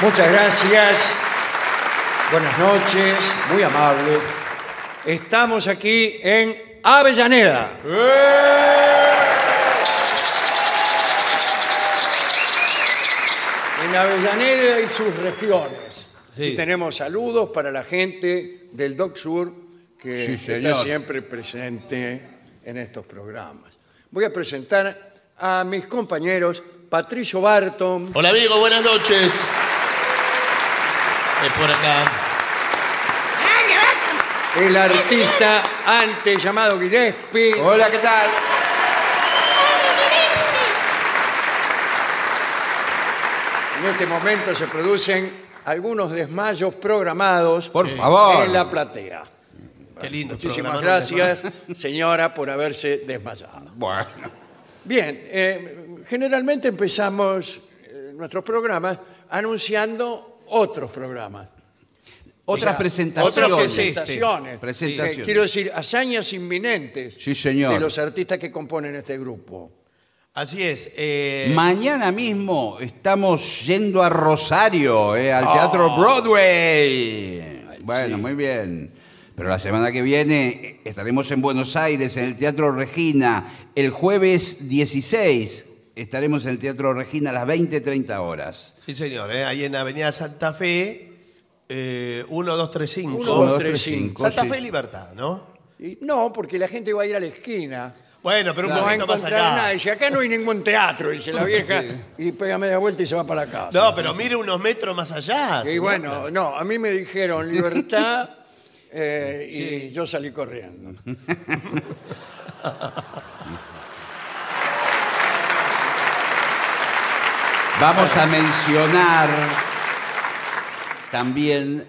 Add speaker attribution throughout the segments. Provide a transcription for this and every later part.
Speaker 1: Muchas gracias. Buenas noches, muy amable. Estamos aquí en Avellaneda.
Speaker 2: ¡Eh!
Speaker 1: En Avellaneda y sus regiones.
Speaker 2: Sí.
Speaker 1: Y tenemos saludos para la gente del Doc Sur que
Speaker 2: Sí,
Speaker 1: está
Speaker 2: señor.
Speaker 1: siempre presente en estos programas. Voy a presentar a mis compañeros Patricio Barton.
Speaker 3: Hola amigo, buenas noches. Es por acá.
Speaker 1: el artista antes llamado Gillespie
Speaker 2: Hola, ¿qué tal?
Speaker 1: en este momento se producen algunos desmayos programados
Speaker 2: Por favor.
Speaker 1: en la platea.
Speaker 3: Qué lindo.
Speaker 1: Muchísimas
Speaker 3: programa, ¿no?
Speaker 1: gracias, señora, por haberse desmayado.
Speaker 2: Bueno,
Speaker 1: Bien, eh, generalmente empezamos eh, nuestros programas anunciando otros programas.
Speaker 2: otras presentaciones.
Speaker 1: Otras presentaciones.
Speaker 2: Presentaciones.
Speaker 1: Eh, quiero decir, hazañas inminentes
Speaker 2: Sí, señor.
Speaker 1: de los artistas que componen este grupo.
Speaker 3: Así es. eh,
Speaker 2: Mañana mismo estamos yendo a Rosario, eh, al
Speaker 1: Ah.
Speaker 2: Teatro Broadway. Bueno, muy bien. Pero la semana que viene eh, estaremos en Buenos Aires, en el Teatro Regina. El jueves 16 estaremos en el Teatro Regina a las 20.30 horas.
Speaker 3: sí, señor. eh, ahí en Avenida Santa Fe, eh, 1235.
Speaker 1: Uno, dos, tres, cinco,
Speaker 3: Santa
Speaker 2: sí.
Speaker 3: Fe y Libertad, ¿no?
Speaker 1: Y no, porque la gente va a ir a la esquina.
Speaker 3: Bueno, pero un
Speaker 1: no va a
Speaker 3: poquito más
Speaker 1: encontrar
Speaker 3: allá.
Speaker 1: nada. Dice, acá no hay ningún teatro, dice la vieja. Y pega media vuelta y se va para la casa.
Speaker 3: No, pero mire unos metros más allá.
Speaker 1: y
Speaker 3: señor.
Speaker 1: bueno, no, a mí me dijeron libertad eh, y yo salí corriendo.
Speaker 2: Vamos a mencionar también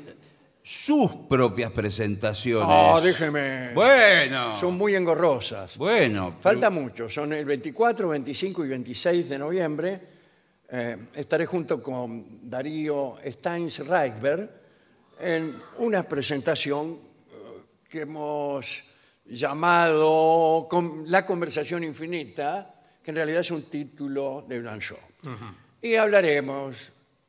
Speaker 2: sus propias presentaciones.
Speaker 1: No, Ah, déjeme.
Speaker 2: Bueno.
Speaker 1: Son muy engorrosas.
Speaker 2: Bueno. pero-
Speaker 1: Falta mucho, son el 24, 25 y 26 de noviembre. Eh, estaré junto con Darío Steins Reichberg en una presentación eh, que hemos llamado con- La conversación infinita, que en realidad es un título de un show. Y hablaremos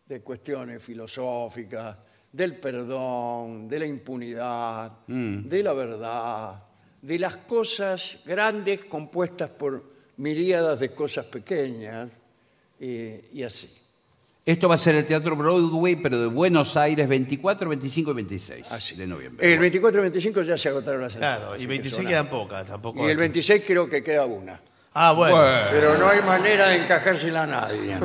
Speaker 1: de cuestiones filosóficas, del perdón, de la impunidad,
Speaker 3: Mm.
Speaker 1: de la verdad, de las cosas grandes compuestas por miríadas de cosas pequeñas eh, y, así.
Speaker 2: Esto va a ser el Teatro Broadway, pero de Buenos Aires, 24, 25 y 26
Speaker 1: así.
Speaker 2: de noviembre.
Speaker 1: Ah, El 24 y 25 ya se agotaron las entradas,
Speaker 3: Claro,
Speaker 1: así
Speaker 3: y
Speaker 1: que
Speaker 3: 26
Speaker 1: son
Speaker 3: quedan
Speaker 1: nada.
Speaker 3: pocas tampoco.
Speaker 1: Y el 26 creo que queda una.
Speaker 3: Ah, bueno.
Speaker 2: Bueno.
Speaker 1: Pero no hay manera de encajársela a nadie.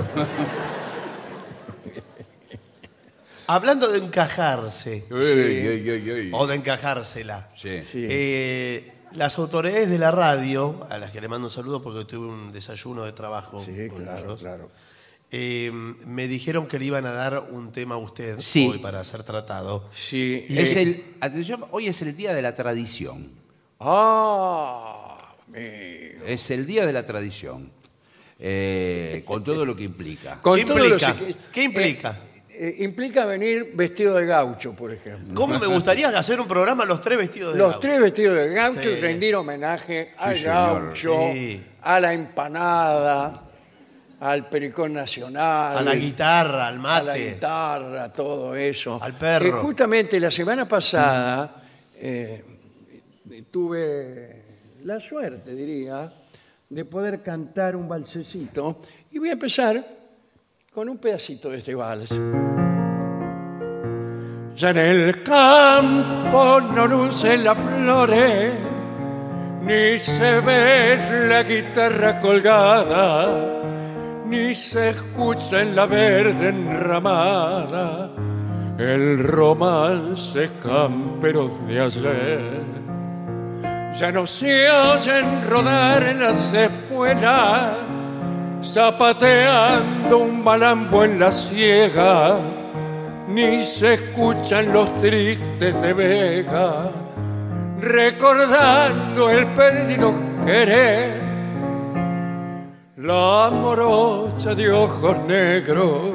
Speaker 3: Hablando de encajarse
Speaker 2: Ey, ey, ey, ey.
Speaker 3: o de encajársela.
Speaker 2: Sí.
Speaker 1: Sí.
Speaker 3: Eh, las autoridades de la radio, a las que le mando un saludo porque tuve un desayuno de trabajo
Speaker 1: Sí,
Speaker 3: con
Speaker 1: claro,
Speaker 3: ellos,
Speaker 1: claro.
Speaker 3: eh, me dijeron que le iban a dar un tema a usted
Speaker 2: Sí.
Speaker 3: hoy para ser tratado.
Speaker 1: Sí, eh,
Speaker 3: Y-
Speaker 2: Es el, atención, hoy es el Día de la Tradición.
Speaker 1: Ah, amigo.
Speaker 2: Es el Día de la Tradición. Eh, con todo lo que implica.
Speaker 1: Con
Speaker 3: ¿Qué
Speaker 1: todo lo
Speaker 3: implica?
Speaker 1: que-
Speaker 3: ¿Qué implica?
Speaker 1: eh, implica venir vestido de gaucho, por ejemplo.
Speaker 3: ¿Cómo me gustaría hacer un programa los tres vestidos de
Speaker 1: Los
Speaker 3: gaucho?
Speaker 1: tres vestidos de gaucho
Speaker 3: Sí.
Speaker 1: y rendir homenaje al
Speaker 2: señor.
Speaker 1: gaucho,
Speaker 3: Sí.
Speaker 1: a la empanada, al pericón nacional,
Speaker 3: A la guitarra, al
Speaker 1: a
Speaker 3: mate.
Speaker 1: la guitarra, todo eso.
Speaker 3: Al perro.
Speaker 1: Eh, justamente la semana pasada eh, tuve la suerte, diría, de poder cantar un valsecito. Y voy a empezar con un pedacito de este vals. Ya en el campo no lucen las flores, ni se ve la guitarra colgada, ni se escucha en la verde enramada el romance camperos de ayer. Ya no se oyen rodar en las espuelas zapateando un balambo en la ciega, ni se escuchan los tristes de Vega, recordando el perdido querer, la morocha de ojos negros,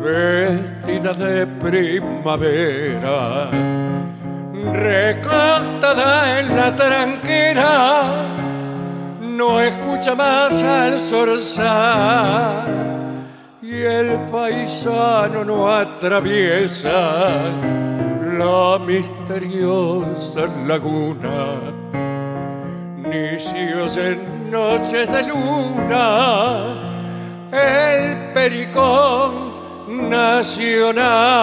Speaker 1: vestida de primavera, recostada en la tranquera no escucha más al zorzal y el paisano no atraviesa la misteriosa laguna ni si oyen noches de luna el pericón nacional.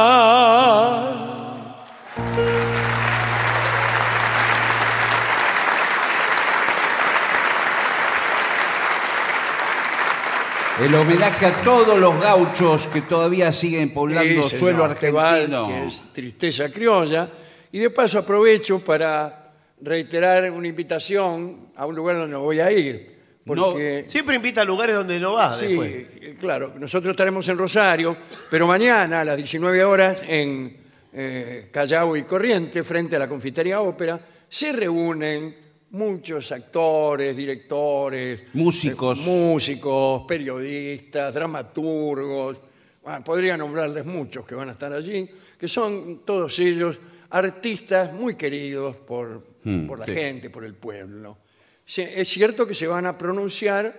Speaker 2: El homenaje a todos los gauchos que todavía siguen poblando
Speaker 1: Sí,
Speaker 2: suelo
Speaker 1: señor, que va,
Speaker 2: argentino.
Speaker 1: que es tristeza criolla. Y de paso aprovecho para reiterar una invitación a un lugar donde no voy a ir. Porque,
Speaker 3: Siempre invita a lugares donde no va
Speaker 1: sí,
Speaker 3: después.
Speaker 1: eh, claro, nosotros estaremos en Rosario, pero mañana a las 19 horas en eh, Callao y Corriente, frente a la Confitería Ópera, se reúnen muchos actores, directores,
Speaker 2: Músicos.
Speaker 1: eh, músicos, periodistas, dramaturgos, bueno, podría nombrarles muchos que van a estar allí, que son todos ellos artistas muy queridos por, por la
Speaker 2: Hmm, sí.
Speaker 1: gente, por el pueblo. Se- es cierto que se van a pronunciar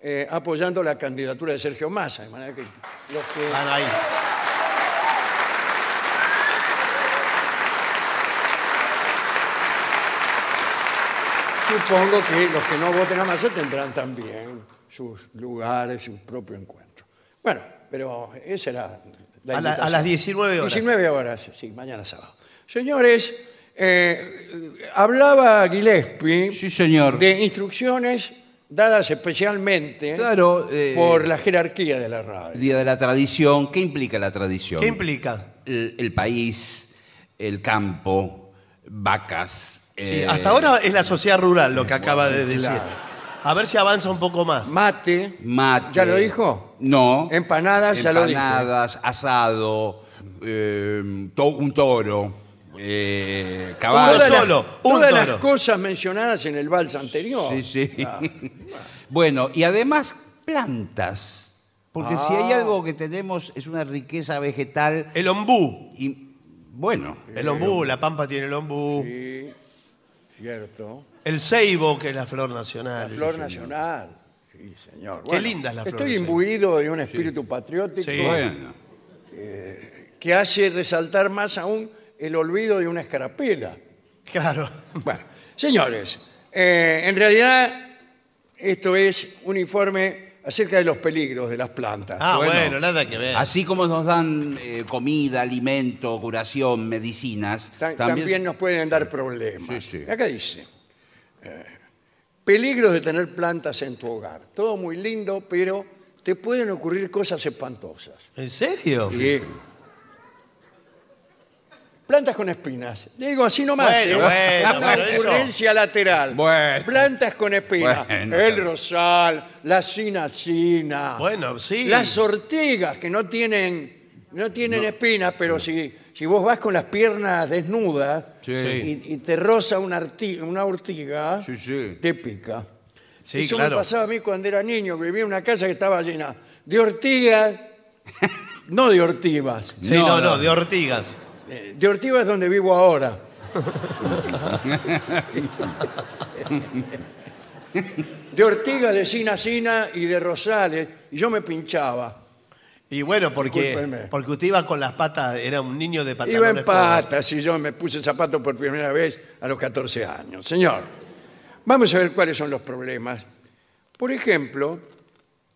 Speaker 1: eh, apoyando la candidatura de Sergio Massa, de manera que los que
Speaker 3: Van ahí.
Speaker 1: Supongo que los que no voten a Massa tendrán también sus lugares, su propio encuentro. Bueno, pero esa era la
Speaker 3: A la-
Speaker 1: invitación.
Speaker 3: a las 19 horas.
Speaker 1: 19 horas, sí, mañana sábado. Señores, eh, hablaba Gillespie
Speaker 2: Sí, señor.
Speaker 1: de instrucciones dadas especialmente
Speaker 2: Claro, eh,
Speaker 1: por la jerarquía de la radio.
Speaker 2: Día de la tradición. ¿Qué implica la tradición?
Speaker 3: ¿Qué implica?
Speaker 2: el, el país, el campo, vacas.
Speaker 3: Sí,
Speaker 2: eh,
Speaker 3: hasta ahora es la sociedad rural lo que acaba de decir. A ver si avanza un poco más.
Speaker 1: Mate,
Speaker 2: Mate.
Speaker 1: ¿ya lo dijo?
Speaker 2: No.
Speaker 1: Empanadas, ya lo dijo.
Speaker 2: Empanadas, asado, eh, to- un toro, eh, caballo.
Speaker 1: Todas las-
Speaker 3: Ah, solo, un
Speaker 1: todas
Speaker 3: toro.
Speaker 1: las cosas mencionadas en el vals anterior.
Speaker 2: Sí, sí. bueno, y además plantas. Porque si
Speaker 1: Ah.
Speaker 2: hay algo que tenemos es una riqueza vegetal
Speaker 3: El ombú.
Speaker 2: y bueno,
Speaker 3: El ombú, la pampa tiene el ombú.
Speaker 1: Sí, cierto.
Speaker 3: El ceibo, que es la flor nacional.
Speaker 1: Flor nacional. Sí, señor. Qué
Speaker 3: linda es la flor
Speaker 1: Estoy
Speaker 3: nacional.
Speaker 1: imbuido de un espíritu patriótico
Speaker 3: Sí.
Speaker 2: bueno.
Speaker 1: que hace resaltar más aún el olvido de una escarapela.
Speaker 3: Claro.
Speaker 1: Bueno, señores, eh, en realidad esto es un informe acerca de los peligros de las plantas.
Speaker 3: Ah,
Speaker 2: Bueno.
Speaker 3: bueno, nada que ver.
Speaker 2: Así como nos dan eh, comida, alimento, curación, medicinas,
Speaker 1: Ta- también,
Speaker 2: también,
Speaker 1: nos pueden dar problemas.
Speaker 2: Sí, sí.
Speaker 1: Acá dice, eh, peligros de tener plantas en tu hogar. Todo muy lindo, pero te pueden ocurrir cosas espantosas.
Speaker 3: ¿En serio?
Speaker 1: Sí. Plantas con espinas. Digo así nomás.
Speaker 3: Bueno,
Speaker 1: ¿eh?
Speaker 3: bueno,
Speaker 1: Una
Speaker 3: pero eso-
Speaker 1: ocurrencia lateral.
Speaker 2: Bueno.
Speaker 1: Plantas con espinas.
Speaker 2: Bueno,
Speaker 1: el
Speaker 2: pero-
Speaker 1: rosal, la cinacina.
Speaker 3: Bueno, sí.
Speaker 1: Las ortigas que no tienen, no tienen espinas, pero si, si vos vas con las piernas desnudas
Speaker 2: Sí.
Speaker 1: y, y te roza una, orti- una ortiga,
Speaker 2: Sí, sí.
Speaker 1: te pica.
Speaker 3: Sí,
Speaker 1: Eso me
Speaker 3: claro.
Speaker 1: pasaba a mí cuando era niño, que vivía en una casa que estaba llena de ortigas, no de ortivas,
Speaker 3: Sí, no,
Speaker 2: No,
Speaker 3: no,
Speaker 2: no.
Speaker 3: de ortigas.
Speaker 1: eh, de ortivas donde vivo ahora. De ortigas, de sina sina y de rosales, y yo me pinchaba.
Speaker 3: Y bueno, porque,
Speaker 1: Discúlpeme.
Speaker 3: porque usted iba con las patas, era un niño de pantalones
Speaker 1: Iba en
Speaker 3: cortos.
Speaker 1: patas y yo me puse zapatos por primera vez a los 14 años. Señor, vamos a ver cuáles son los problemas. Por ejemplo,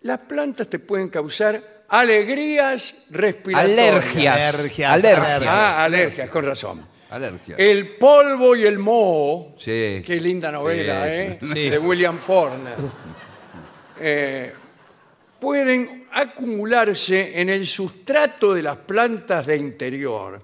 Speaker 1: las plantas te pueden causar alegrías respiratorias.
Speaker 2: alergias,
Speaker 3: Alergias,
Speaker 2: alergias,
Speaker 1: Ah, Eh, alergias, con razón.
Speaker 2: Alergias.
Speaker 1: El polvo y el moho.
Speaker 2: Sí.
Speaker 1: Qué linda novela,
Speaker 2: Sí.
Speaker 1: ¿eh?
Speaker 3: Sí.
Speaker 1: De William Faulkner. Eh, pueden acumularse en el sustrato de las plantas de interior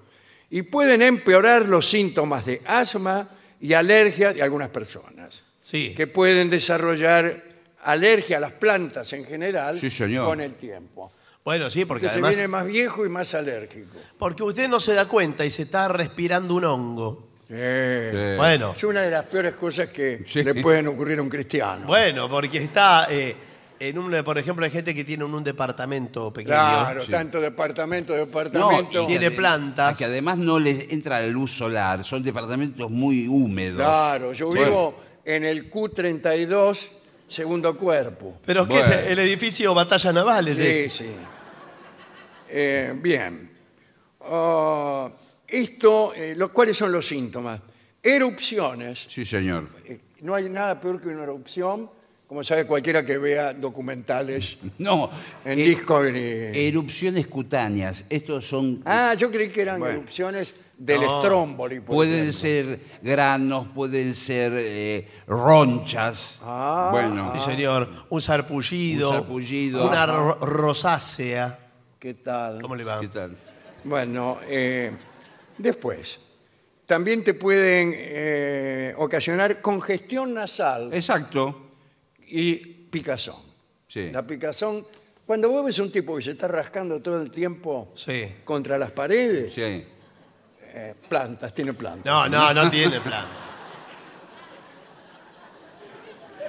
Speaker 1: y pueden empeorar los síntomas de asma y alergia de algunas personas
Speaker 3: Sí.
Speaker 1: que pueden desarrollar alergia a las plantas en general
Speaker 2: Sí, señor.
Speaker 1: con el tiempo.
Speaker 3: Bueno, sí, porque
Speaker 1: Usted se
Speaker 3: además.
Speaker 1: viene más viejo y más alérgico.
Speaker 3: Porque usted no se da cuenta y se está respirando un hongo.
Speaker 1: Eh,
Speaker 3: Bueno,
Speaker 1: Es una de las peores cosas que
Speaker 2: Sí.
Speaker 1: le pueden ocurrir a un cristiano.
Speaker 3: bueno, porque está eh, en un. Por ejemplo, hay gente que tiene un, un departamento pequeño.
Speaker 1: claro,
Speaker 2: sí.
Speaker 1: tanto departamento, departamento.
Speaker 3: y tiene plantas.
Speaker 2: Que además no les entra la luz solar, son departamentos muy húmedos.
Speaker 1: Claro, yo
Speaker 2: Bueno,
Speaker 1: vivo en el Q32, segundo cuerpo.
Speaker 3: Pero ¿qué
Speaker 2: Bueno.
Speaker 3: es el edificio Batalla Naval? es
Speaker 1: Sí,
Speaker 3: ese?
Speaker 1: sí. Eh, bien. Ah, esto, eh, lo- ¿cuáles son los síntomas? Erupciones.
Speaker 2: Sí, señor.
Speaker 1: Eh, No hay nada peor que una erupción, como sabe cualquiera que vea documentales
Speaker 2: No,
Speaker 1: en
Speaker 2: eh,
Speaker 1: Discovery.
Speaker 2: erupciones cutáneas, estos son... eh,
Speaker 1: ah, yo creí que eran
Speaker 2: Bueno.
Speaker 1: erupciones del
Speaker 3: No.
Speaker 1: estrómboli. por
Speaker 2: Pueden
Speaker 1: ejemplo.
Speaker 2: ser granos, pueden ser eh, ronchas.
Speaker 1: Ah.
Speaker 2: bueno,
Speaker 3: Sí, señor. Un sarpullido.
Speaker 2: Un sarpullido.
Speaker 3: Una ro- rosácea.
Speaker 1: ¿Qué tal?
Speaker 3: ¿Cómo le va?
Speaker 2: ¿qué tal?
Speaker 1: Bueno, eh, después. También te pueden eh, ocasionar congestión nasal.
Speaker 2: Exacto.
Speaker 1: y picazón.
Speaker 2: Sí.
Speaker 1: La picazón, cuando vos ves un tipo que se está rascando todo el tiempo
Speaker 3: Sí.
Speaker 1: contra las paredes,
Speaker 2: Sí.
Speaker 1: eh, plantas, tiene plantas.
Speaker 3: No, no, no tiene plan.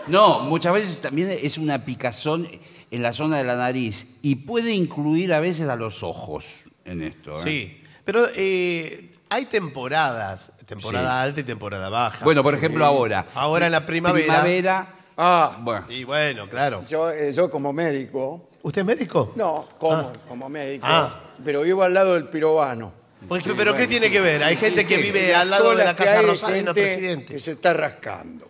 Speaker 2: No, muchas veces también es una picazón en la zona de la nariz y puede incluir a veces a los ojos en esto. ¿eh?
Speaker 3: Sí. Pero eh, hay temporadas. Temporada
Speaker 2: Sí.
Speaker 3: alta y temporada baja.
Speaker 2: Bueno, por ejemplo, ahora.
Speaker 3: Ahora la primavera.
Speaker 2: Primavera.
Speaker 1: Ah,
Speaker 2: Bueno,
Speaker 3: Y bueno, claro.
Speaker 1: yo, eh, yo como médico,
Speaker 3: ¿Usted es médico?
Speaker 1: no, como, como médico,
Speaker 3: Ah.
Speaker 1: pero vivo al lado del pirobano.
Speaker 3: Porque- ¿Pero qué tiene que ver? Hay gente que
Speaker 2: ¿Qué?
Speaker 3: vive al lado de la
Speaker 1: Todas que
Speaker 3: Casa
Speaker 1: hay
Speaker 3: Rosada y no
Speaker 1: gente
Speaker 3: presidente.
Speaker 1: Que se está rascando.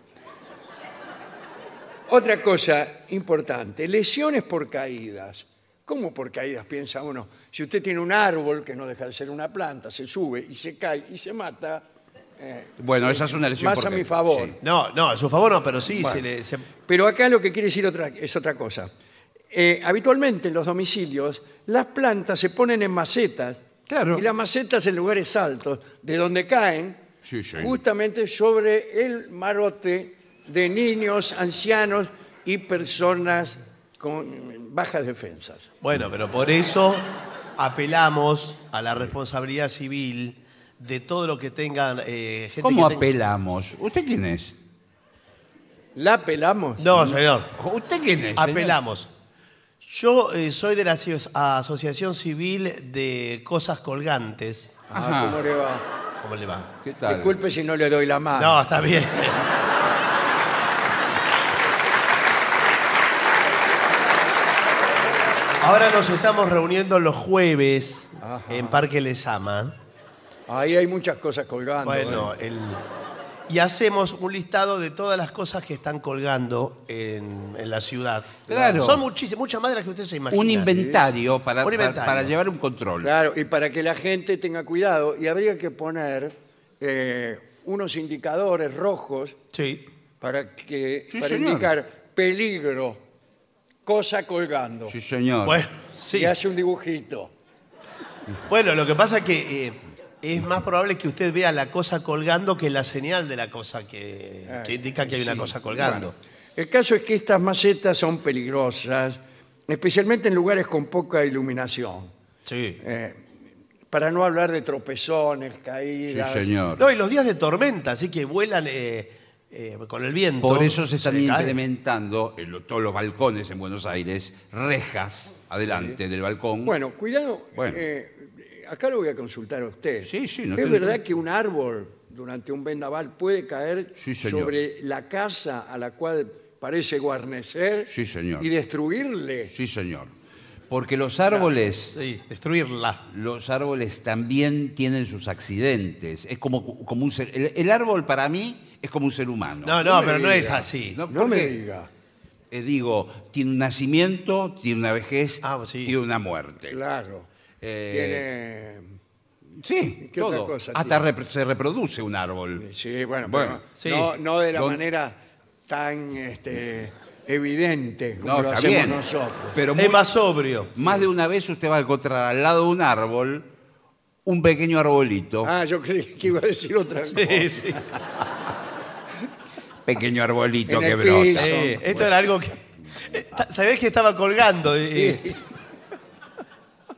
Speaker 1: Otra cosa importante, lesiones por caídas. ¿Cómo por caídas piensa uno? Si usted tiene un árbol que no deja de ser una planta, se sube y se cae y se mata,
Speaker 2: bueno, esa es una lesión.
Speaker 1: más
Speaker 2: por
Speaker 1: a
Speaker 2: qué.
Speaker 1: mi favor.
Speaker 2: Sí.
Speaker 3: No, no, a su favor no, pero sí.
Speaker 1: Bueno.
Speaker 3: Se le, se-
Speaker 1: Pero acá lo que quiere decir otra, es otra cosa. Eh, habitualmente en los domicilios las plantas se ponen en macetas
Speaker 2: Claro.
Speaker 1: y las macetas en lugares altos, de donde caen
Speaker 2: Sí, sí.
Speaker 1: justamente sobre el marote de niños, ancianos y personas con bajas defensas.
Speaker 3: Bueno, pero por eso apelamos a la responsabilidad civil de todo lo que tengan eh, gente
Speaker 2: ¿Cómo
Speaker 3: que tenga-
Speaker 2: apelamos? ¿Usted quién es?
Speaker 1: ¿La pelamos?
Speaker 3: No, señor.
Speaker 2: ¿Usted quién es? ¿Eh, señor?
Speaker 3: Apelamos. Yo eh, soy de la aso- Asociación Civil de Cosas Colgantes.
Speaker 1: Ah,
Speaker 2: Ajá.
Speaker 1: ¿cómo le va?
Speaker 3: ¿Cómo le va?
Speaker 2: ¿Qué tal?
Speaker 1: Disculpe si no le doy la
Speaker 2: Ah.
Speaker 1: mano.
Speaker 3: No, está bien. Ahora nos estamos reuniendo los jueves
Speaker 1: Ajá.
Speaker 3: en Parque Lesama.
Speaker 1: Ahí hay muchas cosas colgando.
Speaker 3: Bueno,
Speaker 1: ¿eh?
Speaker 3: el- y hacemos un listado de todas las cosas que están colgando en, en la ciudad.
Speaker 2: Claro.
Speaker 3: Son muchísimas, muchas más de las que usted se imagina.
Speaker 2: Un inventario, para,
Speaker 3: Un inventario.
Speaker 2: para- para llevar un control.
Speaker 1: Claro, y para que la gente tenga cuidado, y habría que poner eh, unos indicadores rojos
Speaker 3: Sí.
Speaker 1: para que
Speaker 2: Sí,
Speaker 1: para
Speaker 2: señor.
Speaker 1: indicar peligro, cosa colgando.
Speaker 2: Sí, señor.
Speaker 3: Bueno, sí.
Speaker 1: Y hace un dibujito.
Speaker 3: Bueno, lo que pasa es que eh, es más probable que usted vea la cosa colgando que la señal de la cosa que,
Speaker 2: Ah,
Speaker 3: que indica que hay una cosa colgando.
Speaker 1: El caso es que estas macetas son peligrosas, especialmente en lugares con poca iluminación.
Speaker 3: Sí.
Speaker 1: Eh, para no hablar de tropezones, caídas.
Speaker 2: Sí, señor.
Speaker 3: No, y los días de tormenta, así que vuelan eh, eh, con el viento.
Speaker 2: Por eso se están
Speaker 3: caen.
Speaker 2: implementando en lo- todos los balcones en Buenos Aires, rejas adelante del balcón.
Speaker 1: Bueno, cuidado.
Speaker 2: Bueno.
Speaker 1: eh, acá lo voy a consultar a usted.
Speaker 2: Sí, sí,
Speaker 1: ¿Es
Speaker 2: no tiene
Speaker 1: verdad
Speaker 2: problema.
Speaker 1: que un árbol durante un vendaval puede caer
Speaker 2: Sí, señor.
Speaker 1: sobre la casa a la cual parece guarnecer
Speaker 2: Sí, señor.
Speaker 1: y destruirle?
Speaker 2: Sí, señor. Porque los árboles,
Speaker 3: Sí, destruirla.
Speaker 2: los árboles también tienen sus accidentes. Es como, como un ser- el, el árbol para mí es como un ser humano.
Speaker 3: No,
Speaker 1: No
Speaker 3: no,
Speaker 1: me
Speaker 3: pero no
Speaker 1: diga.
Speaker 3: es así.
Speaker 2: No,
Speaker 1: No
Speaker 2: ¿por
Speaker 1: me
Speaker 2: qué?
Speaker 1: diga.
Speaker 2: Eh, digo, tiene un nacimiento, tiene una vejez,
Speaker 3: Ah, sí.
Speaker 2: tiene una muerte.
Speaker 1: Claro.
Speaker 2: Eh,
Speaker 1: Tiene-
Speaker 2: Sí,
Speaker 1: ¿Qué otra
Speaker 2: todo.
Speaker 1: cosa
Speaker 2: Hasta
Speaker 1: tiene?
Speaker 2: repre- se reproduce un árbol.
Speaker 1: Sí, bueno,
Speaker 2: Bueno,
Speaker 1: pero
Speaker 3: sí.
Speaker 1: no, no de la
Speaker 2: Don-
Speaker 1: manera tan este, evidente como
Speaker 2: No,
Speaker 1: lo
Speaker 2: está
Speaker 1: hacemos
Speaker 2: bien.
Speaker 1: nosotros.
Speaker 2: Pero muy-
Speaker 3: Es más sobrio.
Speaker 2: Más de una vez usted va a encontrar al lado de un árbol un pequeño arbolito.
Speaker 1: Ah, yo creí que iba a decir otra cosa.
Speaker 3: Sí, sí.
Speaker 2: Pequeño arbolito
Speaker 1: En
Speaker 2: que
Speaker 1: el
Speaker 2: brota.
Speaker 1: piso.
Speaker 3: Eh, esto era algo que, Ta- Sabés que estaba colgando. eh.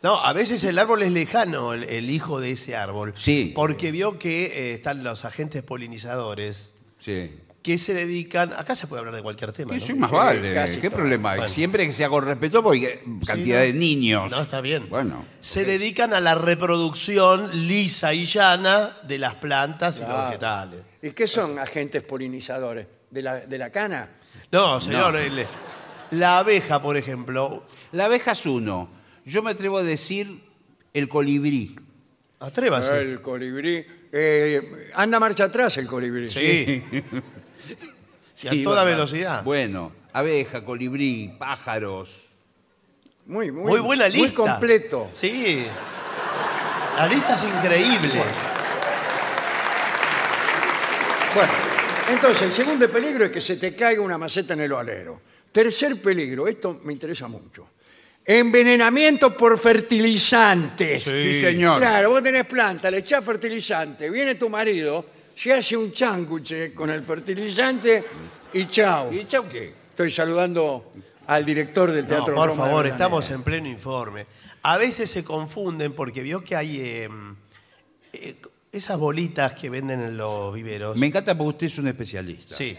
Speaker 3: No, a veces el árbol es lejano, el, el hijo de ese árbol.
Speaker 2: Sí.
Speaker 3: Porque vio que eh, están los agentes polinizadores
Speaker 2: Sí.
Speaker 3: que se dedican. Acá se puede hablar de cualquier tema.
Speaker 2: Sí,
Speaker 3: ¿no?
Speaker 2: sí, más
Speaker 1: Sí,
Speaker 2: vale.
Speaker 1: casi
Speaker 2: ¿Qué
Speaker 1: todo.
Speaker 2: problema? hay?
Speaker 3: Bueno.
Speaker 2: Siempre que sea con respeto, porque cantidad de niños.
Speaker 3: No, está bien.
Speaker 2: Bueno.
Speaker 3: Se dedican a la reproducción lisa y llana de las plantas y los
Speaker 1: Claro.
Speaker 3: vegetales.
Speaker 1: ¿Y qué son agentes polinizadores? ¿De la, de la cana?
Speaker 3: No, señor. el- la abeja, por ejemplo.
Speaker 2: La abeja es uno. Yo me atrevo a decir el colibrí.
Speaker 3: Atrévase.
Speaker 1: El colibrí. eh, anda marcha atrás el colibrí.
Speaker 3: Sí. Sí, a
Speaker 2: Sí,
Speaker 3: toda
Speaker 2: va-
Speaker 3: velocidad.
Speaker 2: Bueno, abeja, colibrí, pájaros.
Speaker 1: Muy, muy,
Speaker 3: Muy buena lista.
Speaker 1: Muy completo.
Speaker 3: Sí. La lista es increíble.
Speaker 1: Bueno, entonces, el segundo peligro es que se te caiga una maceta en el alero. Tercer peligro, esto me interesa mucho. Envenenamiento por fertilizantes.
Speaker 2: Sí, señor.
Speaker 1: Claro, vos tenés planta, le echás fertilizante, viene tu marido, se hace un changuche con el fertilizante y chao.
Speaker 2: ¿Y chau qué?
Speaker 1: Estoy saludando al director del
Speaker 3: No,
Speaker 1: Teatro
Speaker 3: por
Speaker 1: Roma de
Speaker 3: favor,
Speaker 1: Avellaneda.
Speaker 3: estamos en pleno informe. A veces se confunden porque vio que hay eh, eh, esas bolitas que venden en los
Speaker 1: Pues
Speaker 3: viveros.
Speaker 2: Me encanta porque usted es un especialista.
Speaker 3: Sí.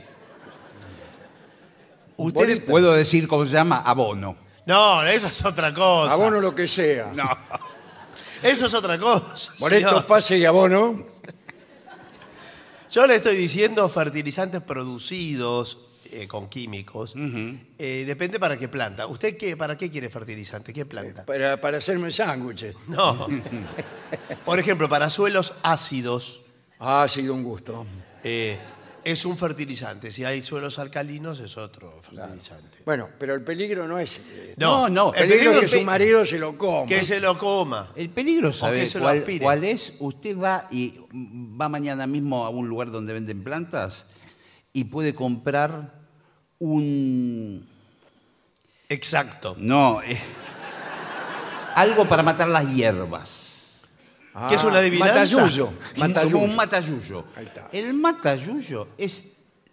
Speaker 3: Ustedes.
Speaker 2: Puedo decir cómo se llama abono.
Speaker 3: No, eso es otra cosa.
Speaker 1: Abono lo que sea.
Speaker 3: Eso es otra cosa.
Speaker 1: Boletos,
Speaker 3: señor.
Speaker 1: pase y abono.
Speaker 3: Yo le estoy diciendo fertilizantes producidos eh, con químicos. Eh, depende para qué planta. ¿Usted qué, para qué quiere fertilizante? ¿Qué planta?
Speaker 1: Para, para hacerme sándwiches.
Speaker 3: No. Por ejemplo, para suelos ácidos
Speaker 1: Ha sido un gusto.
Speaker 3: eh, es un fertilizante. Si hay suelos alcalinos es otro fertilizante.
Speaker 1: Bueno, pero el peligro no es. eh,
Speaker 2: No, no,
Speaker 1: El peligro es que su marido se lo coma.
Speaker 3: que se lo coma.
Speaker 2: El peligro,
Speaker 3: que
Speaker 2: ¿sabe
Speaker 3: se lo
Speaker 2: cuál,
Speaker 3: aspire.
Speaker 2: cuál es? Usted va y va mañana mismo a un lugar donde venden plantas y puede comprar un...
Speaker 3: Exacto.
Speaker 2: No, eh, algo para matar las hierbas.
Speaker 1: Ah,
Speaker 3: que es una adivinanza.
Speaker 1: Matayuyo.
Speaker 2: Como
Speaker 1: Matayuyo.
Speaker 2: un matayuyo.
Speaker 1: Ahí está.
Speaker 2: El matayuyo es,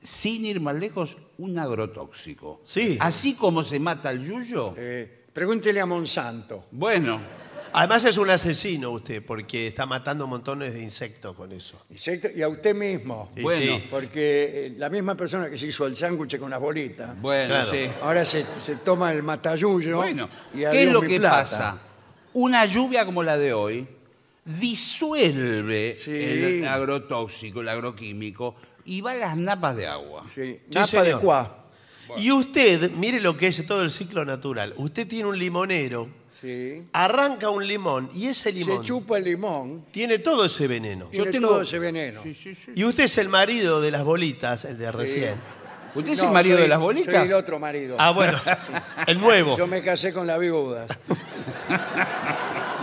Speaker 2: sin ir más lejos, un agrotóxico.
Speaker 3: Sí.
Speaker 2: Así como se mata el yuyo,
Speaker 1: Eh, pregúntele a Monsanto.
Speaker 2: bueno,
Speaker 3: Además es un asesino usted porque está matando montones de insectos con eso.
Speaker 1: Insecto- Y a usted mismo.
Speaker 3: Y
Speaker 2: Bueno.
Speaker 3: sí.
Speaker 1: Porque eh, la misma persona que se hizo el sándwich con las bolitas,
Speaker 2: bueno,
Speaker 3: Claro.
Speaker 2: sí.
Speaker 1: ahora se, se toma el matayuyo.
Speaker 2: Bueno,
Speaker 1: y
Speaker 2: ¿qué
Speaker 1: adiós
Speaker 2: es lo
Speaker 1: mi
Speaker 2: que
Speaker 1: plata.
Speaker 2: pasa? Una lluvia como la de hoy disuelve
Speaker 1: Sí.
Speaker 2: el agrotóxico, el agroquímico, y va a las napas de agua.
Speaker 1: Sí,
Speaker 3: Sí,
Speaker 1: napa de
Speaker 3: señor.
Speaker 1: cuá.
Speaker 3: Y usted, mire lo que es todo el ciclo natural. Usted tiene un limonero,
Speaker 1: Sí.
Speaker 3: arranca un limón y
Speaker 1: Se
Speaker 3: ese limón
Speaker 1: chupa el limón.
Speaker 3: tiene todo ese veneno.
Speaker 1: Yo
Speaker 2: tengo-
Speaker 1: todo ese veneno.
Speaker 3: Y usted es el marido de las bolitas, el de recién.
Speaker 2: ¿Usted es
Speaker 1: No,
Speaker 2: el marido
Speaker 1: soy-
Speaker 2: de las
Speaker 1: Soy
Speaker 2: bolitas?
Speaker 1: el otro marido.
Speaker 3: Ah, bueno, el nuevo.
Speaker 1: Yo me casé con la viuda.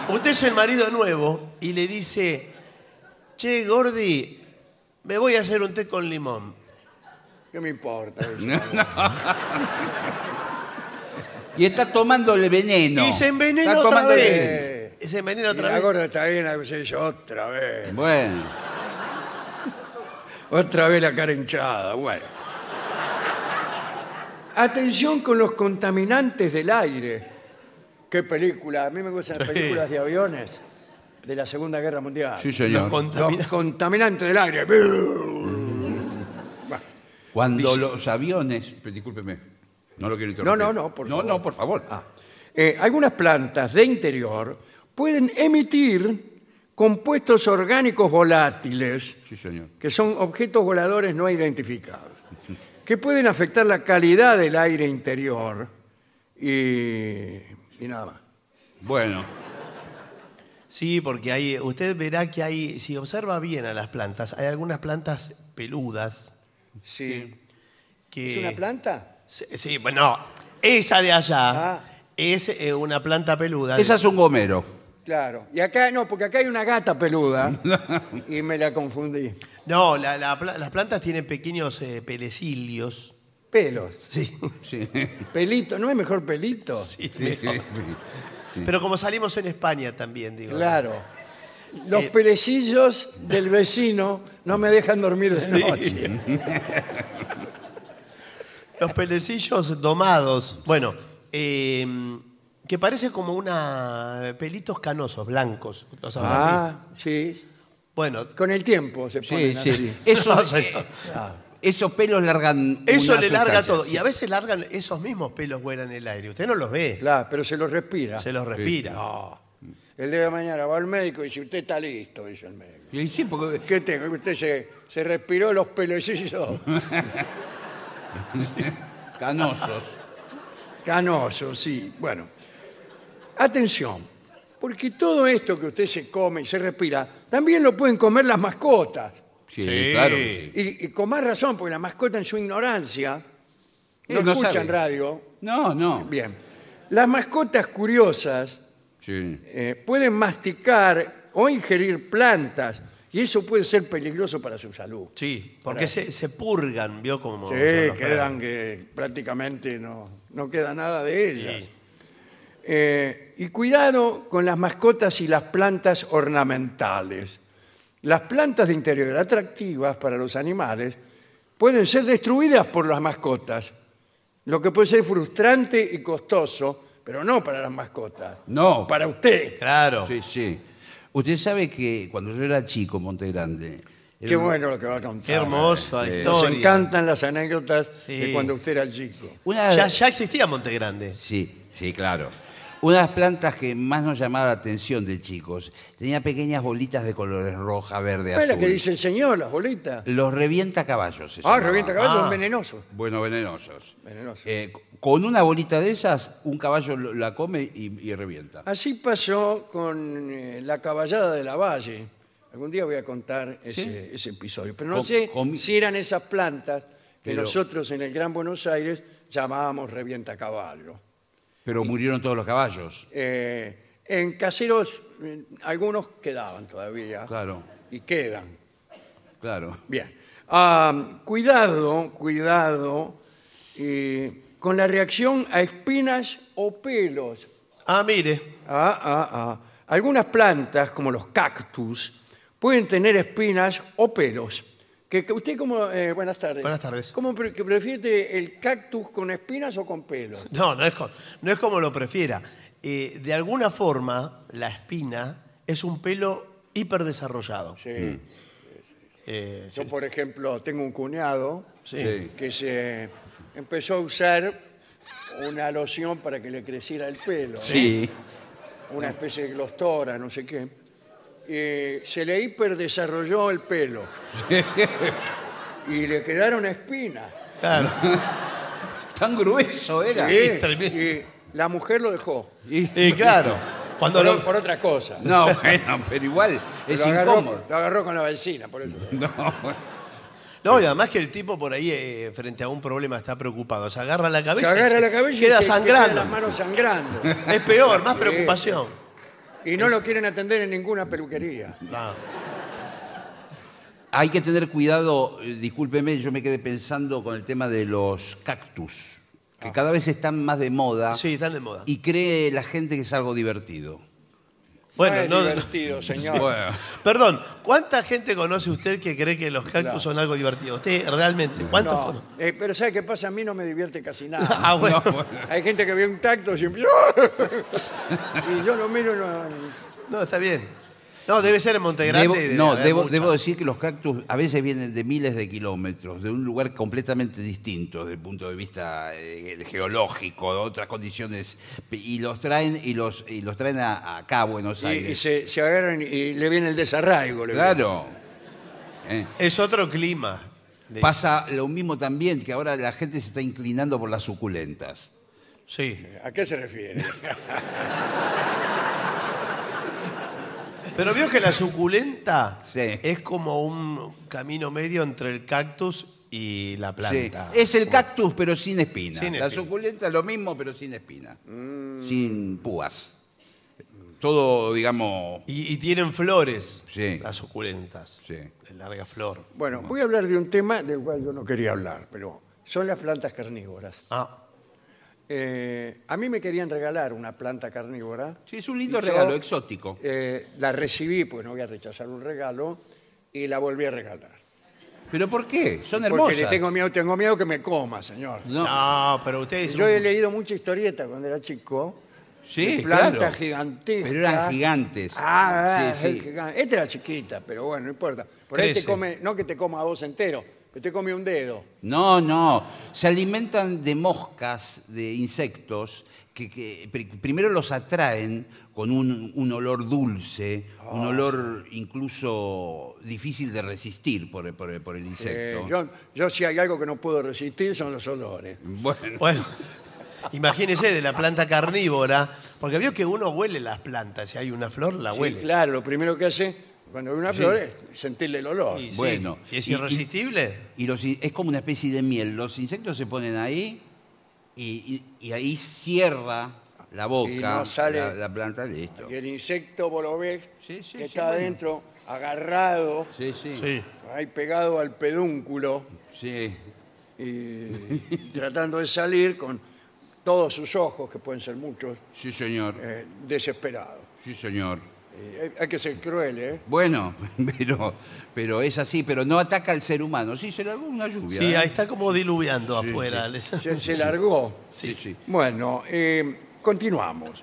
Speaker 3: Usted es el marido nuevo y le dice, che, Gordi, me voy a hacer un té con limón.
Speaker 1: ¿Qué me importa? eso?
Speaker 2: Y está tomándole veneno.
Speaker 3: Y se envenena
Speaker 2: Está
Speaker 3: otra
Speaker 2: tomándole
Speaker 3: vez.
Speaker 2: veneno.
Speaker 1: veneno.
Speaker 3: Se envenena
Speaker 1: Y la
Speaker 3: otra vez.
Speaker 1: gorda está bien, a veces dice, otra vez.
Speaker 2: Bueno,
Speaker 1: Otra vez la cara hinchada, bueno. Atención con los contaminantes del aire. Qué película, a mí me gustan las
Speaker 3: Sí.
Speaker 1: películas de aviones de la Segunda Guerra Mundial.
Speaker 2: sí,
Speaker 3: Los
Speaker 2: señor.
Speaker 1: Los
Speaker 3: contamina.
Speaker 1: contaminantes del aire.
Speaker 2: Cuando los aviones. pero Discúlpeme, no lo
Speaker 1: No,
Speaker 2: quiero interrumpir.
Speaker 1: no, no, por favor.
Speaker 2: No, no, por favor.
Speaker 1: Eh, algunas plantas de interior pueden emitir compuestos orgánicos volátiles.
Speaker 2: Sí, señor.
Speaker 1: que son objetos voladores no identificados, que pueden afectar la calidad del aire interior y, y nada más.
Speaker 2: Bueno,
Speaker 3: Sí, porque hay, usted verá que hay, si observa bien a las plantas, hay algunas plantas peludas
Speaker 1: Sí.
Speaker 3: que...
Speaker 1: ¿Es una planta?
Speaker 3: Sí, sí, bueno, esa de allá
Speaker 1: Ah.
Speaker 3: es eh, una planta peluda.
Speaker 2: esa es un gomero.
Speaker 1: Claro. Y acá no, porque acá hay una gata peluda y me la confundí.
Speaker 3: No, la- la pla- las plantas tienen pequeños eh, pelecilios.
Speaker 1: Pelos.
Speaker 3: Sí.
Speaker 2: Sí.
Speaker 1: Pelito, ¿no es mejor pelito?
Speaker 3: Pero como salimos en España también, digo.
Speaker 1: Claro. Los pelecillos del vecino no me dejan dormir de noche.
Speaker 3: Los pelecillos domados. Bueno, eh, que parece como una pelitos canosos, blancos. ¿Los habrán visto?
Speaker 1: Ah, sí.
Speaker 3: Bueno,
Speaker 1: Con el tiempo se
Speaker 2: Sí,
Speaker 1: ponen
Speaker 2: sí.
Speaker 1: así.
Speaker 2: Esos,
Speaker 3: No, señor.
Speaker 2: eh, esos pelos largan.
Speaker 3: eso
Speaker 2: una
Speaker 3: le larga
Speaker 2: sustancia,
Speaker 3: todo.
Speaker 2: sí.
Speaker 3: Y a veces largan, esos mismos pelos vuelan en el aire. Usted no los ve,
Speaker 1: Claro, pero se los respira.
Speaker 3: se los respira.
Speaker 1: El día de mañana va al médico y dice, usted está listo, dice el médico.
Speaker 2: Y sí, porque-
Speaker 1: ¿Qué tengo? Que Usted se, se respiró los pelecillos
Speaker 2: Canosos.
Speaker 1: canosos, sí. Bueno, atención, porque todo esto que usted se come y se respira, también lo pueden comer las mascotas.
Speaker 2: Sí,
Speaker 3: Sí.
Speaker 2: claro. que sí.
Speaker 1: Y, y con más razón, porque las mascotas en su ignorancia no,
Speaker 2: Eh, no
Speaker 1: escuchan
Speaker 2: saben.
Speaker 1: radio.
Speaker 2: No, no.
Speaker 1: Bien, las mascotas curiosas
Speaker 2: Sí.
Speaker 1: eh, pueden masticar o ingerir plantas y eso puede ser peligroso para su salud.
Speaker 3: Sí, porque se, se purgan, ¿vio? Como
Speaker 1: Sí,
Speaker 3: son los
Speaker 1: quedan que prácticamente no, no queda nada de ellas.
Speaker 3: Sí.
Speaker 1: Eh, y cuidado con las mascotas y las plantas ornamentales. Las plantas de interior atractivas para los animales pueden ser destruidas por las mascotas, lo que puede ser frustrante y costoso, pero no para las mascotas.
Speaker 2: No.
Speaker 1: Para usted.
Speaker 3: Claro.
Speaker 2: Sí, sí. Usted sabe que cuando yo era chico, Monte Grande. era
Speaker 1: Qué
Speaker 2: un-
Speaker 1: bueno lo que va a contar.
Speaker 3: Qué hermosa
Speaker 1: Nos
Speaker 3: historia.
Speaker 1: encantan las anécdotas de
Speaker 3: Sí.
Speaker 1: cuando usted era chico.
Speaker 2: Una,
Speaker 3: Ya, ya existía Monte Grande.
Speaker 2: Sí, sí, claro. Una de las plantas que más nos llamaba la atención de chicos tenía pequeñas bolitas de colores roja, verde,
Speaker 1: ¿Sabes
Speaker 2: azul.
Speaker 1: lo que dice el señor, las bolitas?
Speaker 2: Los revienta caballos. se
Speaker 1: Ah,
Speaker 2: llamaban.
Speaker 1: revienta caballos
Speaker 3: Ah.
Speaker 1: venenosos.
Speaker 2: Bueno, venenosos.
Speaker 1: Venenosos.
Speaker 2: Eh, con una bolita de esas, un caballo lo- la come y, y revienta.
Speaker 1: Así pasó con eh, la caballada de la Valle. Algún día voy a contar ese, ese episodio. Pero no
Speaker 2: Con-
Speaker 1: sé
Speaker 2: con-
Speaker 1: si eran esas plantas que
Speaker 2: Pero-
Speaker 1: nosotros en el Gran Buenos Aires llamábamos revienta caballo.
Speaker 2: Pero murieron todos los caballos.
Speaker 1: Eh, en caseros, eh, algunos quedaban todavía.
Speaker 2: Claro.
Speaker 1: Y quedan.
Speaker 2: Claro.
Speaker 1: Bien. Ah, cuidado, cuidado eh, con la reacción a espinas o pelos.
Speaker 3: Ah, mire.
Speaker 1: Ah, ah, ah. Algunas plantas, como los cactus, pueden tener espinas o pelos. Que, que usted como... eh, buenas tardes.
Speaker 3: Buenas tardes.
Speaker 1: ¿Cómo pre- que prefiere el cactus con espinas o con pelos?
Speaker 3: No, no es, co- no es como lo prefiera. Eh, de alguna forma, la espina es un pelo hiperdesarrollado. Mm.
Speaker 1: Sí.
Speaker 3: Eh,
Speaker 1: Yo, por ejemplo, tengo un cuñado
Speaker 3: sí.
Speaker 2: Sí.
Speaker 1: que se empezó a usar una loción para que le creciera el pelo.
Speaker 2: Sí.
Speaker 1: una especie de glostora, no sé qué, eh, se le hiperdesarrolló el pelo. y le quedaron espinas.
Speaker 3: Claro.
Speaker 2: Tan grueso era.
Speaker 1: Sí,
Speaker 3: es tremendo.
Speaker 1: y la mujer lo dejó.
Speaker 2: Y-
Speaker 3: Y claro. Cuando
Speaker 1: Por,
Speaker 3: lo,
Speaker 1: por otra cosa.
Speaker 2: No, bueno, pero igual es
Speaker 1: lo, agarró,
Speaker 2: incómodo.
Speaker 1: lo agarró con la vecina, por eso.
Speaker 3: no, y además que el tipo por ahí, eh, frente a un problema, está preocupado. Se agarra la
Speaker 1: Se
Speaker 3: cabeza. y
Speaker 1: agarra
Speaker 3: se-
Speaker 1: la cabeza y
Speaker 3: Queda
Speaker 1: se- se
Speaker 3: sangrando.
Speaker 1: queda las manos sangrando.
Speaker 3: Es peor, más
Speaker 1: Sí.
Speaker 3: preocupación.
Speaker 1: Y no lo quieren atender en ninguna peluquería.
Speaker 3: No.
Speaker 2: Hay que tener cuidado, eh, discúlpeme, yo me quedé pensando con el tema de los cactus, que cada vez están más de moda
Speaker 3: Ah. Sí, están de moda.
Speaker 2: y cree la gente que es algo divertido.
Speaker 1: Ah, es
Speaker 3: Bueno, no, no-
Speaker 1: divertido, señor.
Speaker 3: Perdón, ¿cuánta gente conoce usted que cree que los cactus
Speaker 1: Claro.
Speaker 3: son algo divertido? Usted realmente, ¿cuántos conoce?
Speaker 1: No, eh, pero ¿sabe qué pasa? A mí no me divierte casi nada.
Speaker 3: Ah, bueno.
Speaker 1: Hay gente que ve un tacto y empieza... y yo lo miro y no...
Speaker 3: No, está bien. No, debe ser en Montegrande.
Speaker 2: Debo-
Speaker 3: debe
Speaker 2: no,
Speaker 3: haber
Speaker 2: debo,
Speaker 3: mucha.
Speaker 2: debo decir que los cactus a veces vienen de miles de kilómetros, de un lugar completamente distinto desde el punto de vista eh, geológico, de otras condiciones, y los traen, y los, y los traen a- acá a Buenos
Speaker 1: Y- Y,
Speaker 2: Aires.
Speaker 1: se, se agarran y le viene el desarraigo. le viene.
Speaker 2: Claro. Eh.
Speaker 3: Es otro clima. Le-
Speaker 2: Pasa lo mismo también, que ahora la gente se está inclinando por las suculentas.
Speaker 3: Sí.
Speaker 1: ¿A qué se refiere?
Speaker 3: Pero vio que la suculenta
Speaker 2: Sí.
Speaker 3: es como un camino medio entre el cactus y la planta.
Speaker 2: Sí. Es el cactus, pero sin espina.
Speaker 3: Sin
Speaker 2: La
Speaker 3: espina.
Speaker 2: suculenta es lo mismo, pero sin espina.
Speaker 1: Mm.
Speaker 2: Sin púas. Todo, digamos.
Speaker 3: Y, y tienen flores,
Speaker 2: Sí.
Speaker 3: las suculentas.
Speaker 2: Sí.
Speaker 3: De larga flor.
Speaker 1: Bueno, voy a hablar de un tema del cual yo no quería hablar, pero son las plantas carnívoras.
Speaker 3: Ah,
Speaker 1: Eh, a mí me querían regalar una planta carnívora.
Speaker 2: Sí, es un lindo
Speaker 1: Y yo,
Speaker 2: regalo, exótico.
Speaker 1: eh, la recibí, pues no voy a rechazar un regalo, y la volví a regalar.
Speaker 2: ¿Pero por qué? Son
Speaker 1: Porque
Speaker 2: hermosas.
Speaker 1: le tengo miedo, tengo miedo que me coma, señor.
Speaker 2: No.
Speaker 3: No, pero ustedes.
Speaker 1: Yo he leído mucha historieta cuando era chico.
Speaker 2: Sí,
Speaker 1: de plantas
Speaker 2: claro.
Speaker 1: gigantescas.
Speaker 2: Pero eran gigantes.
Speaker 1: Ah,
Speaker 2: Sí,
Speaker 1: sí,
Speaker 2: sí.
Speaker 1: Esta era chiquita, pero bueno, no importa. Por ahí te
Speaker 2: Crece.
Speaker 1: come, no que te coma a vos entero, que te come un dedo.
Speaker 2: No, no. Se alimentan de moscas, de insectos, que, que pri- primero los atraen con un, un olor dulce,
Speaker 1: Ah.
Speaker 2: un olor incluso difícil de resistir por, por- por el
Speaker 1: Eh,
Speaker 2: insecto.
Speaker 1: yo, yo si hay algo que no puedo resistir son los olores.
Speaker 2: Bueno,
Speaker 3: Bueno, imagínese de la planta carnívora, porque vio que uno huele las plantas. Si hay una flor, la
Speaker 1: Sí,
Speaker 3: huele.
Speaker 1: claro, lo primero que hace cuando ve una flor es sentirle el olor.
Speaker 3: Y sí,
Speaker 2: Bueno,
Speaker 3: Si es
Speaker 2: y- y-
Speaker 3: irresistible.
Speaker 2: y los in- es como una especie de miel. Los insectos se ponen ahí y, y- y ahí cierra la boca,
Speaker 1: no sale-
Speaker 2: la, la planta, listo.
Speaker 1: Y el insecto, vos lo ves,
Speaker 2: Sí,
Speaker 1: que
Speaker 2: sí, sí,
Speaker 1: está
Speaker 2: bueno.
Speaker 1: adentro, agarrado,
Speaker 2: Sí, sí.
Speaker 3: Sí.
Speaker 1: ahí pegado al pedúnculo
Speaker 2: sí.
Speaker 1: y tratando de salir con todos sus ojos, que pueden ser muchos,
Speaker 2: Sí, señor.
Speaker 1: eh, desesperados.
Speaker 2: Sí, señor.
Speaker 1: Y hay- Hay que ser cruel, ¿eh?
Speaker 2: Bueno, pero, pero es así, pero no ataca al ser humano. Sí, será alguna lluvia.
Speaker 3: Sí,
Speaker 2: ¿eh?
Speaker 3: ahí está como diluviando afuera. les-
Speaker 1: Se, se largó.
Speaker 2: Sí, sí.
Speaker 1: Bueno, eh, continuamos.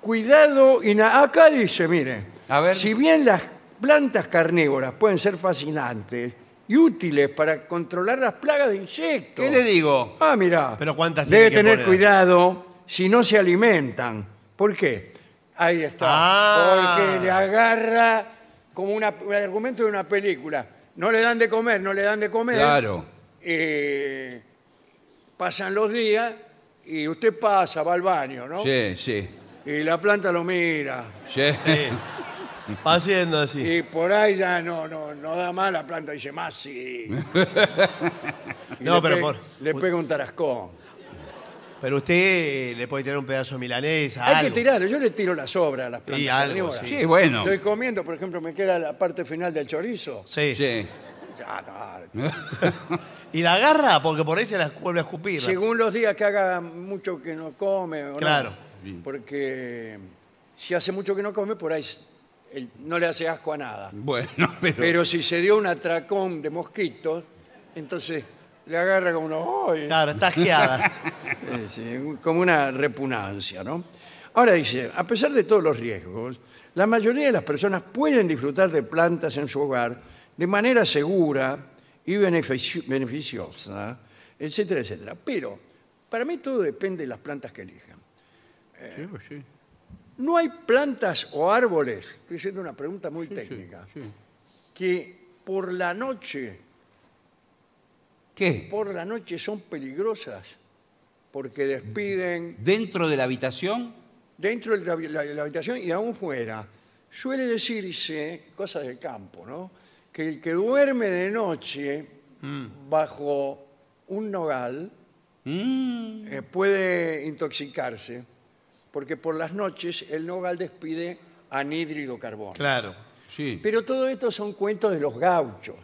Speaker 1: Cuidado, y na- acá dice, mire,
Speaker 2: A ver.
Speaker 1: si bien las plantas carnívoras pueden ser fascinantes y útiles para controlar las plagas de insectos.
Speaker 2: ¿Qué le digo?
Speaker 1: Ah, mira.
Speaker 3: Pero ¿cuántas tiene
Speaker 1: Debe
Speaker 3: que
Speaker 1: tener
Speaker 3: poner?
Speaker 1: cuidado si no se alimentan. ¿Por qué? Ahí está.
Speaker 3: Ah.
Speaker 1: Porque le agarra como una- un argumento de una película. No le dan de comer, no le dan de comer.
Speaker 2: Claro.
Speaker 1: Eh, pasan los días y usted pasa, va al baño, ¿no?
Speaker 2: Sí, sí.
Speaker 1: Y la planta lo mira.
Speaker 2: sí.
Speaker 3: Sí. Va haciendo así.
Speaker 1: Y por ahí ya no, no, no da más, la planta dice más, sí. Y
Speaker 3: No,
Speaker 1: le
Speaker 3: pero
Speaker 1: pe-
Speaker 3: por-
Speaker 1: Le pega un tarascón.
Speaker 3: Pero usted eh, le puede tirar un pedazo de milanesa.
Speaker 1: Hay que
Speaker 3: algo.
Speaker 1: tirarlo, yo le tiro las sobras a las plantas
Speaker 3: Y algo,
Speaker 1: carnívoras.
Speaker 3: sí.
Speaker 2: Sí, bueno.
Speaker 1: Estoy comiendo, por ejemplo, me queda la parte final del chorizo.
Speaker 3: Sí.
Speaker 2: Sí.
Speaker 1: Ya, no.
Speaker 3: Y la agarra porque por ahí se las vuelve a escupir.
Speaker 1: Según los días que haga mucho que no come. o no.
Speaker 3: Claro.
Speaker 1: Porque si hace mucho que no come, por ahí el- no le hace asco a nada.
Speaker 2: Bueno, pero,
Speaker 1: Pero si se dio un atracón de mosquitos, entonces le agarra como uno, "Ay",
Speaker 3: Claro, está asqueada.
Speaker 1: eh, sí, como una repugnancia, ¿no? Ahora dice, a pesar de todos los riesgos, la mayoría de las personas pueden disfrutar de plantas en su hogar de manera segura y benefici- beneficiosa, etcétera, etcétera. Pero para mí todo depende de las plantas que elijan.
Speaker 2: pues
Speaker 1: No hay plantas o árboles, estoy haciendo una pregunta muy técnica, que por la noche,
Speaker 2: ¿Qué?
Speaker 1: por la noche son peligrosas porque despiden
Speaker 2: ¿Dentro de la habitación?
Speaker 1: dentro de la, la- la habitación y aún fuera. Suele decirse, cosas del campo, ¿no? Que el que duerme de noche bajo un nogal
Speaker 2: Mm,
Speaker 1: eh, puede intoxicarse porque por las noches el nogal despide anhídrido carbono.
Speaker 3: Claro.
Speaker 2: sí.
Speaker 1: Pero todo esto son cuentos de los gauchos.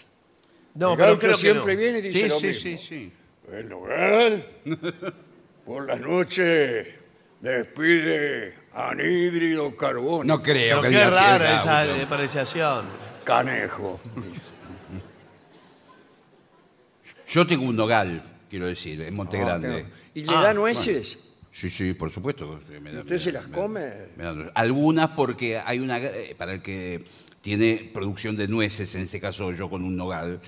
Speaker 3: No,
Speaker 1: el
Speaker 3: pero
Speaker 1: gaucho
Speaker 3: creo que
Speaker 1: siempre
Speaker 3: no.
Speaker 1: viene y dice
Speaker 2: Sí,
Speaker 1: lo
Speaker 2: sí,
Speaker 1: mismo.
Speaker 2: sí, sí.
Speaker 1: El nogal por las noches despide anhídrido carbono.
Speaker 2: No creo
Speaker 3: Pero
Speaker 2: que
Speaker 3: qué
Speaker 2: diga así ah, el
Speaker 3: rara esa
Speaker 2: gaucho.
Speaker 3: diferenciación.
Speaker 1: Canejo.
Speaker 2: Yo tengo un nogal, quiero decir, en Monte Grande.
Speaker 1: Claro. ¿Y le
Speaker 3: Ah,
Speaker 1: da nueces?
Speaker 2: Sí, sí, por supuesto. que me da-
Speaker 1: ¿Usted
Speaker 2: me
Speaker 1: se
Speaker 2: da-
Speaker 1: las
Speaker 2: me-
Speaker 1: come?
Speaker 2: me da- algunas porque hay una... eh, Para el que tiene producción de nueces, en este caso yo con un nogal,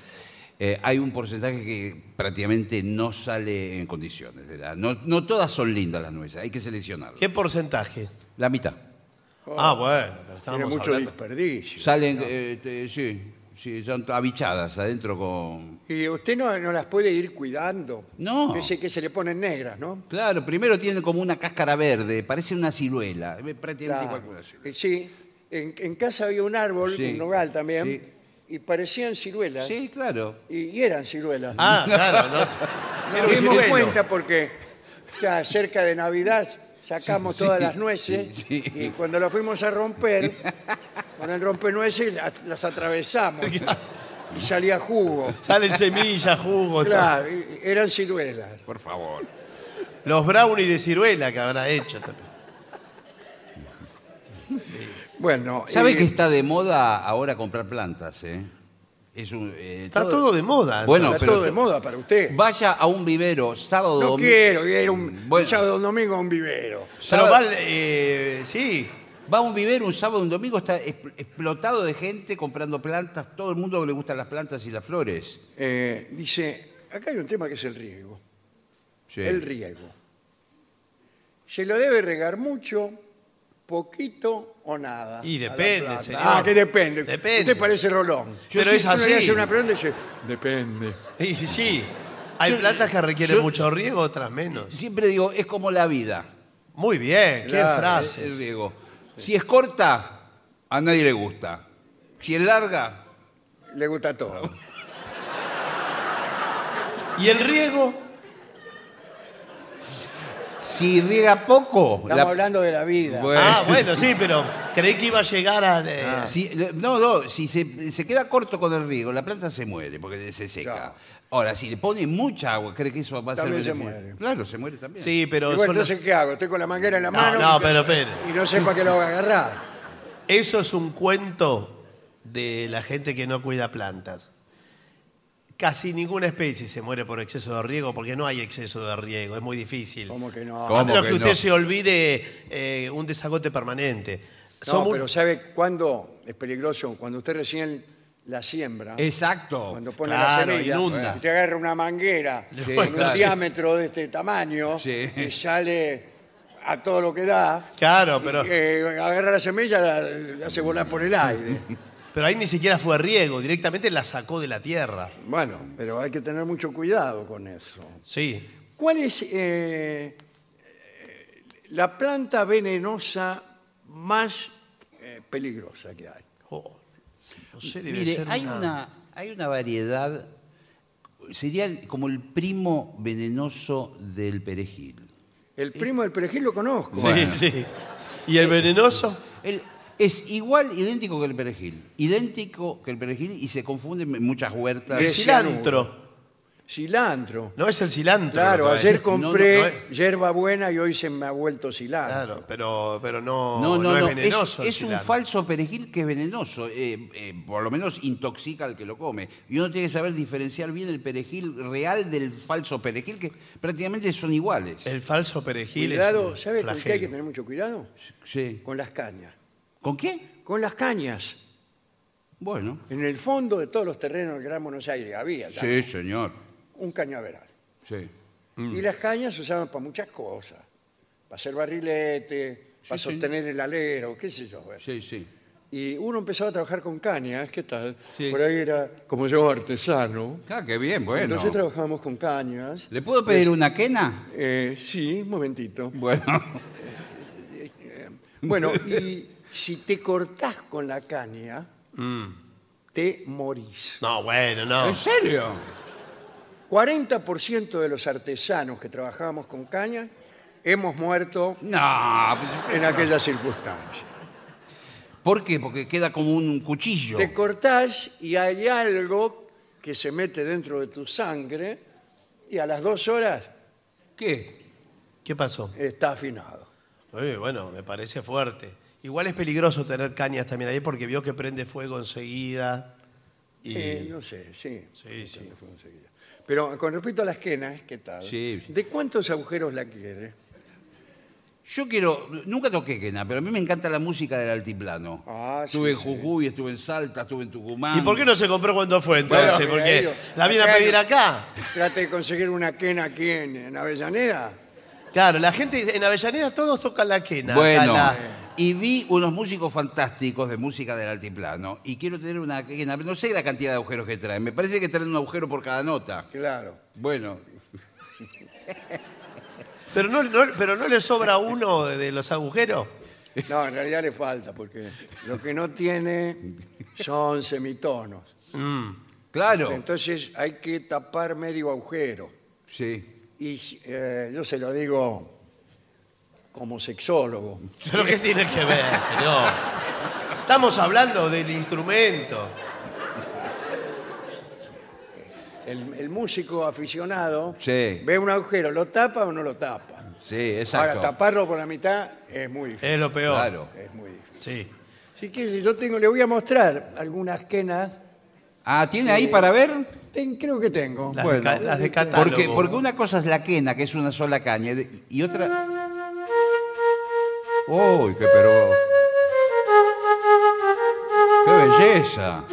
Speaker 2: eh, hay un porcentaje que prácticamente no sale en condiciones. de la- no, no todas son lindas las nueces, hay que seleccionarlas.
Speaker 3: ¿Qué porcentaje?
Speaker 2: La mitad.
Speaker 3: Ah, bueno, pero
Speaker 1: Tiene
Speaker 3: estábamos
Speaker 1: mucho
Speaker 3: hablando.
Speaker 1: desperdicio.
Speaker 2: Salen, eh, te- sí, sí, son abichadas adentro con...
Speaker 1: Y usted no, no las puede ir cuidando.
Speaker 2: No.
Speaker 1: Dice que se le ponen negras, ¿no?
Speaker 2: Claro, primero tienen como una cáscara verde, parece una ciruela, eh, prácticamente igual que una ciruela.
Speaker 1: Eh, Sí. En, en casa había un árbol,
Speaker 2: Sí.
Speaker 1: un nogal también,
Speaker 2: Sí.
Speaker 1: y parecían ciruelas.
Speaker 2: Sí, claro.
Speaker 1: Y, y eran ciruelas.
Speaker 3: Ah, claro. No, Era un
Speaker 1: Nos dimos
Speaker 3: ciruelo.
Speaker 1: cuenta porque ya cerca de Navidad sacamos todas las nueces
Speaker 2: sí, sí.
Speaker 1: y cuando las fuimos a romper, con el rompenueces las, las atravesamos y salía jugo.
Speaker 3: Salen semillas, jugos. todo.
Speaker 1: Claro, y- eran ciruelas.
Speaker 2: Por favor.
Speaker 3: Los brownies de ciruela que habrá hecho también.
Speaker 1: Bueno,
Speaker 2: ¿Sabe
Speaker 1: y-
Speaker 2: que está de moda ahora comprar plantas, eh? es un, eh,
Speaker 3: Está todo de moda.
Speaker 2: Bueno,
Speaker 1: Está
Speaker 2: pero-
Speaker 1: todo de moda para usted.
Speaker 2: Vaya a un vivero sábado
Speaker 1: No
Speaker 2: domi-
Speaker 1: quiero ir un
Speaker 2: Bueno.
Speaker 1: sábado un domingo a un vivero.
Speaker 3: Pero
Speaker 2: sábado-
Speaker 3: va, al- eh, sí,
Speaker 2: Va a un vivero un sábado, un domingo, está exp- explotado de gente comprando plantas. Todo el mundo le gustan las plantas y las flores.
Speaker 1: Eh, dice, acá hay un tema que es el riego.
Speaker 2: Sí.
Speaker 1: El riego. Se lo debe regar mucho, poquito o nada.
Speaker 3: Y
Speaker 1: a la
Speaker 3: depende,
Speaker 1: planta.
Speaker 3: señor.
Speaker 1: Ah, que depende.
Speaker 3: Depende.
Speaker 1: Usted parece Rolón.
Speaker 3: Pero
Speaker 1: siempre
Speaker 3: es
Speaker 1: le
Speaker 3: así.
Speaker 1: hace una pregunta y dice, depende.
Speaker 3: sí, sí, sí. Hay plantas que requieren
Speaker 2: yo-
Speaker 3: mucho riego, otras menos.
Speaker 2: Siempre digo, es como la vida.
Speaker 3: Muy bien, qué
Speaker 1: Claro,
Speaker 3: frase.
Speaker 2: El riego. Si es corta, a nadie le gusta. Si es larga,
Speaker 1: Le gusta todo.
Speaker 3: ¿Y el riego?
Speaker 2: si riega poco.
Speaker 1: Estamos
Speaker 2: la-
Speaker 1: hablando de la vida.
Speaker 2: Bueno. Ah.
Speaker 3: Ah, bueno, sí, pero creí que iba a llegar a... eh,
Speaker 1: Ah.
Speaker 2: Si- no, no, si se, se queda corto con el riego, la planta se muere porque se seca.
Speaker 1: Claro.
Speaker 2: Ahora, si le pone mucha agua, cree que eso va a ser
Speaker 1: También se
Speaker 2: beneficio?
Speaker 1: muere.
Speaker 2: Claro, se muere también.
Speaker 3: Sí, pero
Speaker 1: Y bueno,
Speaker 3: son las-
Speaker 1: entonces, ¿qué hago? Estoy con la manguera en la
Speaker 3: No,
Speaker 1: mano
Speaker 3: no,
Speaker 1: y-
Speaker 3: pero espere.
Speaker 1: y no sepa que lo voy a agarrar.
Speaker 3: eso es un cuento de la gente que no cuida plantas. Casi ninguna especie se muere por exceso de riego porque no hay exceso de riego, es muy difícil.
Speaker 1: ¿Cómo que no?
Speaker 3: A
Speaker 2: ¿Cómo
Speaker 3: menos
Speaker 2: que
Speaker 3: que, usted
Speaker 2: no?
Speaker 3: se olvide eh, un desagote permanente.
Speaker 1: No,
Speaker 3: Son muy-
Speaker 1: pero ¿sabe cuándo es peligroso? Cuando usted recién la siembra.
Speaker 2: Exacto.
Speaker 1: Cuando pone
Speaker 3: Oh, Claro,
Speaker 1: la semilla,
Speaker 3: inunda.
Speaker 1: y te agarra una manguera
Speaker 2: Sí,
Speaker 1: con
Speaker 2: claro.
Speaker 1: un diámetro de este tamaño
Speaker 2: Sí.
Speaker 1: y sale a todo lo que da.
Speaker 3: Claro, pero,
Speaker 1: y que agarra la semilla, la, la hace volar por el aire.
Speaker 3: pero ahí ni siquiera fue riego, directamente la sacó de la tierra.
Speaker 1: Bueno, pero hay que tener mucho cuidado con eso.
Speaker 3: Sí.
Speaker 1: ¿Cuál es eh, la planta venenosa más eh, peligrosa que hay?
Speaker 3: Oh, no sé, debe
Speaker 2: Mire,
Speaker 3: ser
Speaker 2: hay una, hay una variedad, sería el- como el primo venenoso del perejil.
Speaker 1: El primo del perejil lo conozco.
Speaker 3: Sí,
Speaker 2: Bueno.
Speaker 3: sí. ¿Y el venenoso?
Speaker 2: El- es igual, idéntico que el perejil. Idéntico que el perejil y se confunden en muchas huertas.
Speaker 3: El
Speaker 1: Es-
Speaker 3: cilantro.
Speaker 1: Cilantro.
Speaker 3: No es el cilantro.
Speaker 1: Claro,
Speaker 3: lo que va a
Speaker 1: ayer
Speaker 3: decir.
Speaker 1: compré
Speaker 3: No, no, no es-
Speaker 1: hierba buena y hoy se me ha vuelto cilantro.
Speaker 3: Claro, pero, pero no,
Speaker 2: No, no, no,
Speaker 3: es venenoso. el
Speaker 2: es, es un
Speaker 3: cilantro.
Speaker 2: falso perejil que es venenoso, eh, eh, por lo menos intoxica al que lo come. Y uno tiene que saber diferenciar bien el perejil real del falso perejil, que prácticamente son iguales.
Speaker 3: El falso perejil
Speaker 1: Cuidado,
Speaker 3: es. un
Speaker 1: ¿sabe con qué hay que
Speaker 3: flagelo.
Speaker 1: tener mucho cuidado?
Speaker 2: Sí.
Speaker 1: Con las cañas.
Speaker 2: ¿Con qué?
Speaker 1: Con las cañas.
Speaker 2: Bueno.
Speaker 1: En el fondo de todos los terrenos del Gran Buenos Aires había ya,
Speaker 2: Sí, señor.
Speaker 1: un cañaveral.
Speaker 2: Sí.
Speaker 3: Mm.
Speaker 1: Y las cañas se usaban para muchas cosas. Para hacer barrilete, para
Speaker 2: sí.
Speaker 1: sostener el alero, qué sé yo.
Speaker 2: Sí, sí.
Speaker 1: Y uno empezaba a trabajar con cañas, ¿qué tal?
Speaker 2: Sí.
Speaker 1: Por ahí era, como yo, artesano.
Speaker 2: Ah, qué bien, bueno.
Speaker 1: Entonces trabajábamos con cañas.
Speaker 2: ¿Le puedo pedir una quena?
Speaker 1: Eh, sí, un momentito.
Speaker 2: Bueno.
Speaker 1: Bueno, y si te cortás con la caña,
Speaker 2: Mm.
Speaker 1: te morís.
Speaker 3: No, bueno, no.
Speaker 2: ¿En serio?
Speaker 1: 40% de los artesanos que trabajábamos con caña hemos muerto
Speaker 2: No. pues,
Speaker 1: en aquellas circunstancias.
Speaker 2: ¿Por qué? Porque queda como un cuchillo.
Speaker 1: Te cortás y hay algo que se mete dentro de tu sangre y a las dos horas
Speaker 2: ¿Qué?
Speaker 3: ¿Qué pasó?
Speaker 1: está afinado.
Speaker 3: Eh, bueno, me parece fuerte. Igual es peligroso tener cañas también ahí porque vio que prende fuego enseguida. Y...
Speaker 1: Eh, no sé, sí.
Speaker 3: Sí, sí.
Speaker 1: Fue enseguida. Pero con respecto a las quenas, ¿qué tal?
Speaker 2: Sí, sí.
Speaker 1: ¿De cuántos agujeros la quiere?
Speaker 2: Yo quiero, nunca toqué quena, pero a mí me encanta la música del altiplano.
Speaker 1: Ah, sí,
Speaker 2: estuve en
Speaker 1: sí.
Speaker 2: Jujuy, estuve en Salta, estuve en Tucumán.
Speaker 3: ¿Y por qué no se compró cuando fue entonces?
Speaker 1: Bueno,
Speaker 3: porque
Speaker 1: mira,
Speaker 3: la viene a
Speaker 1: acá-
Speaker 3: pedir acá.
Speaker 1: Trate de conseguir una quena aquí en, en Avellaneda.
Speaker 3: Claro, la gente en Avellaneda todos tocan la quena. acá
Speaker 2: Bueno,
Speaker 3: la-
Speaker 2: y vi unos músicos fantásticos de música del altiplano. Y quiero tener una quena, pero no sé la cantidad de agujeros que traen. Me parece que traen un agujero por cada nota.
Speaker 1: Claro.
Speaker 2: Bueno,
Speaker 3: Pero, no, no- pero no le sobra uno de los agujeros.
Speaker 1: No, en realidad le falta, porque lo que no tiene son semitonos.
Speaker 2: claro.
Speaker 1: Entonces hay que tapar medio agujero.
Speaker 2: Sí.
Speaker 1: Y eh, yo se lo digo como sexólogo.
Speaker 3: ¿Pero qué tiene que ver, señor? Estamos hablando del instrumento.
Speaker 1: El, el músico aficionado
Speaker 2: Sí.
Speaker 1: ve un agujero, ¿lo tapa o no lo tapa?
Speaker 2: Sí,
Speaker 1: Ahora,
Speaker 2: exacto. Eh.
Speaker 1: taparlo por la mitad es muy difícil.
Speaker 3: Es lo peor.
Speaker 2: Claro.
Speaker 1: Es muy difícil.
Speaker 3: Sí.
Speaker 1: Así que yo tengo, le voy a mostrar algunas quenas
Speaker 2: Ah, ¿tiene ahí para ver?
Speaker 1: Ten- creo que tengo.
Speaker 3: Las, de, ca- las de catálogo.
Speaker 2: eh, Porque, porque una cosa es la quena, que es una sola caña, y- y otra. ¡Uy, qué pero! ¡Qué belleza!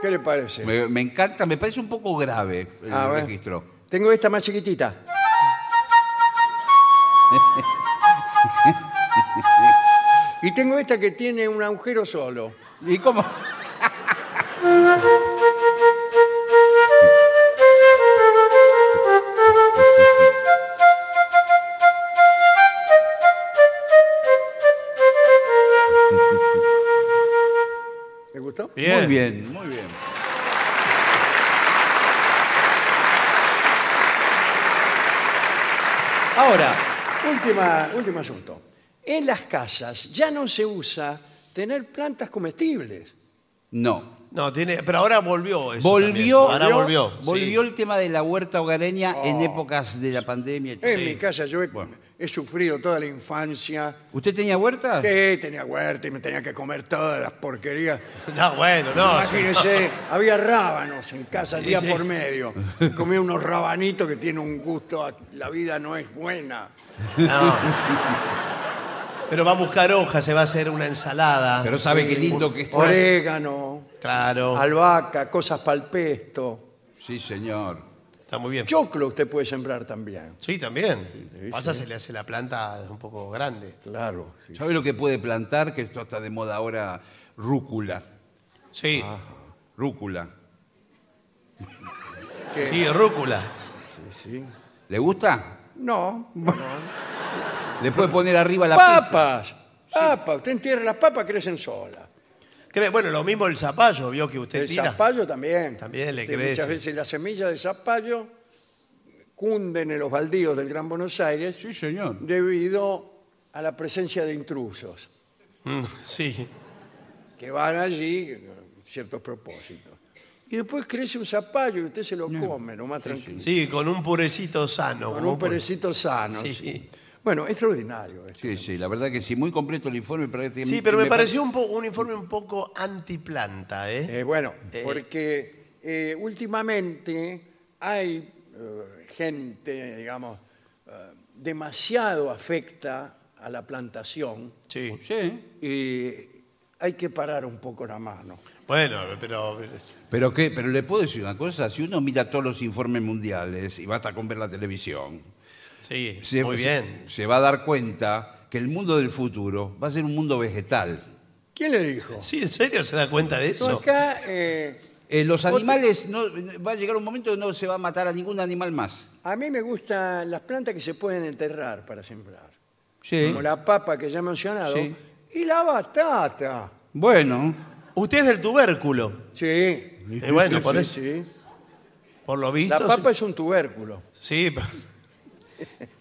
Speaker 1: ¿Qué le parece?
Speaker 2: Me, me encanta, me parece un poco grave el
Speaker 1: A ver.
Speaker 2: registro.
Speaker 1: Ah, Tengo esta más chiquitita. y tengo esta que tiene un agujero solo.
Speaker 2: ¿Y cómo?
Speaker 1: ¿Te gustó?
Speaker 3: Bien.
Speaker 2: Muy bien, muy bien.
Speaker 1: Ahora, última, último asunto. En las casas ya no se usa tener plantas comestibles.
Speaker 2: No.
Speaker 3: No, tiene, pero ahora volvió eso.
Speaker 2: Volvió,
Speaker 3: también. Ahora volvió. sí.
Speaker 2: volvió el tema de la huerta hogareña en épocas de la pandemia.
Speaker 1: Oh. En
Speaker 2: Sí.
Speaker 1: mi casa yo he,
Speaker 2: Bueno.
Speaker 1: he sufrido toda la infancia.
Speaker 2: ¿Usted tenía huerta?
Speaker 1: Sí, tenía huerta y me tenía que comer todas las porquerías.
Speaker 3: No, bueno, no.
Speaker 1: Imagínese, había rábanos en casa día
Speaker 3: sí.
Speaker 1: por medio. Comía unos rabanitos que tienen un gusto, a- la vida no es buena.
Speaker 3: no. Pero va a buscar hojas, se va a hacer una ensalada.
Speaker 2: Pero sabe qué lindo que está.
Speaker 1: Orégano,
Speaker 3: Claro.
Speaker 1: albahaca, cosas para el pesto.
Speaker 2: Sí, señor.
Speaker 3: Está muy bien.
Speaker 1: Choclo usted puede sembrar también.
Speaker 3: Sí, también. Pasa, se le hace la planta un poco grande.
Speaker 1: Claro.
Speaker 2: ¿Sabe lo que puede plantar? Que esto está de moda ahora, rúcula.
Speaker 3: Sí,
Speaker 2: Ah. Rúcula.
Speaker 3: sí, rúcula.
Speaker 2: ¿Le gusta?
Speaker 1: No.
Speaker 2: Le puede poner arriba la pizza.
Speaker 1: Papas. Papas. Usted entierra las papas, crecen solas.
Speaker 3: Cre- Bueno, lo mismo el zapallo, vio que usted
Speaker 1: El
Speaker 3: tira.
Speaker 1: zapallo también.
Speaker 3: También le
Speaker 1: Este,
Speaker 3: crece.
Speaker 1: Muchas veces las semillas de zapallo cunden en los baldíos del Gran Buenos Aires
Speaker 2: Sí, señor.
Speaker 1: debido a la presencia de intrusos
Speaker 3: Mm, sí.
Speaker 1: que van allí eh, ciertos propósitos. Y después crece un zapallo y usted se lo come, lo más tranquilo.
Speaker 3: Sí, con un purecito sano.
Speaker 1: Con
Speaker 3: como
Speaker 1: un
Speaker 3: pu-
Speaker 1: perecito sano.
Speaker 3: Sí.
Speaker 1: sí. Bueno, extraordinario. esto.
Speaker 2: Sí, sí, la verdad que sí, muy completo el informe. Pero este-
Speaker 3: Sí, pero me pareció un, po- un informe un poco antiplanta, ¿eh?
Speaker 1: Eh, bueno,
Speaker 3: Eh.
Speaker 1: porque eh, últimamente hay eh, gente, digamos, eh, demasiado afecta a la plantación
Speaker 3: Sí.
Speaker 2: Sí.
Speaker 1: y hay que parar un poco la mano.
Speaker 3: Bueno, pero.
Speaker 2: ¿Pero qué? Pero le puedo decir una cosa. Si uno mira todos los informes mundiales y basta con ver la televisión,
Speaker 3: Sí,
Speaker 2: se-
Speaker 3: muy bien.
Speaker 2: Se, se va a dar cuenta que el mundo del futuro va a ser un mundo vegetal.
Speaker 1: ¿Quién le dijo?
Speaker 3: Sí, ¿en serio se da cuenta de
Speaker 1: No,
Speaker 3: eso?
Speaker 1: acá eh,
Speaker 2: Eh, los animales, no, va a llegar un momento que no se va a matar a ningún animal más.
Speaker 1: a mí me gustan las plantas que se pueden enterrar para sembrar,
Speaker 2: Sí.
Speaker 1: como la papa que ya he mencionado
Speaker 2: Sí.
Speaker 1: y la batata.
Speaker 2: Bueno.
Speaker 3: Usted es del tubérculo.
Speaker 1: Sí,
Speaker 3: Y bueno, por,
Speaker 1: sí,
Speaker 3: eso-
Speaker 1: sí.
Speaker 3: por lo
Speaker 1: La
Speaker 3: visto.
Speaker 1: papa es un tubérculo.
Speaker 3: Sí, pa-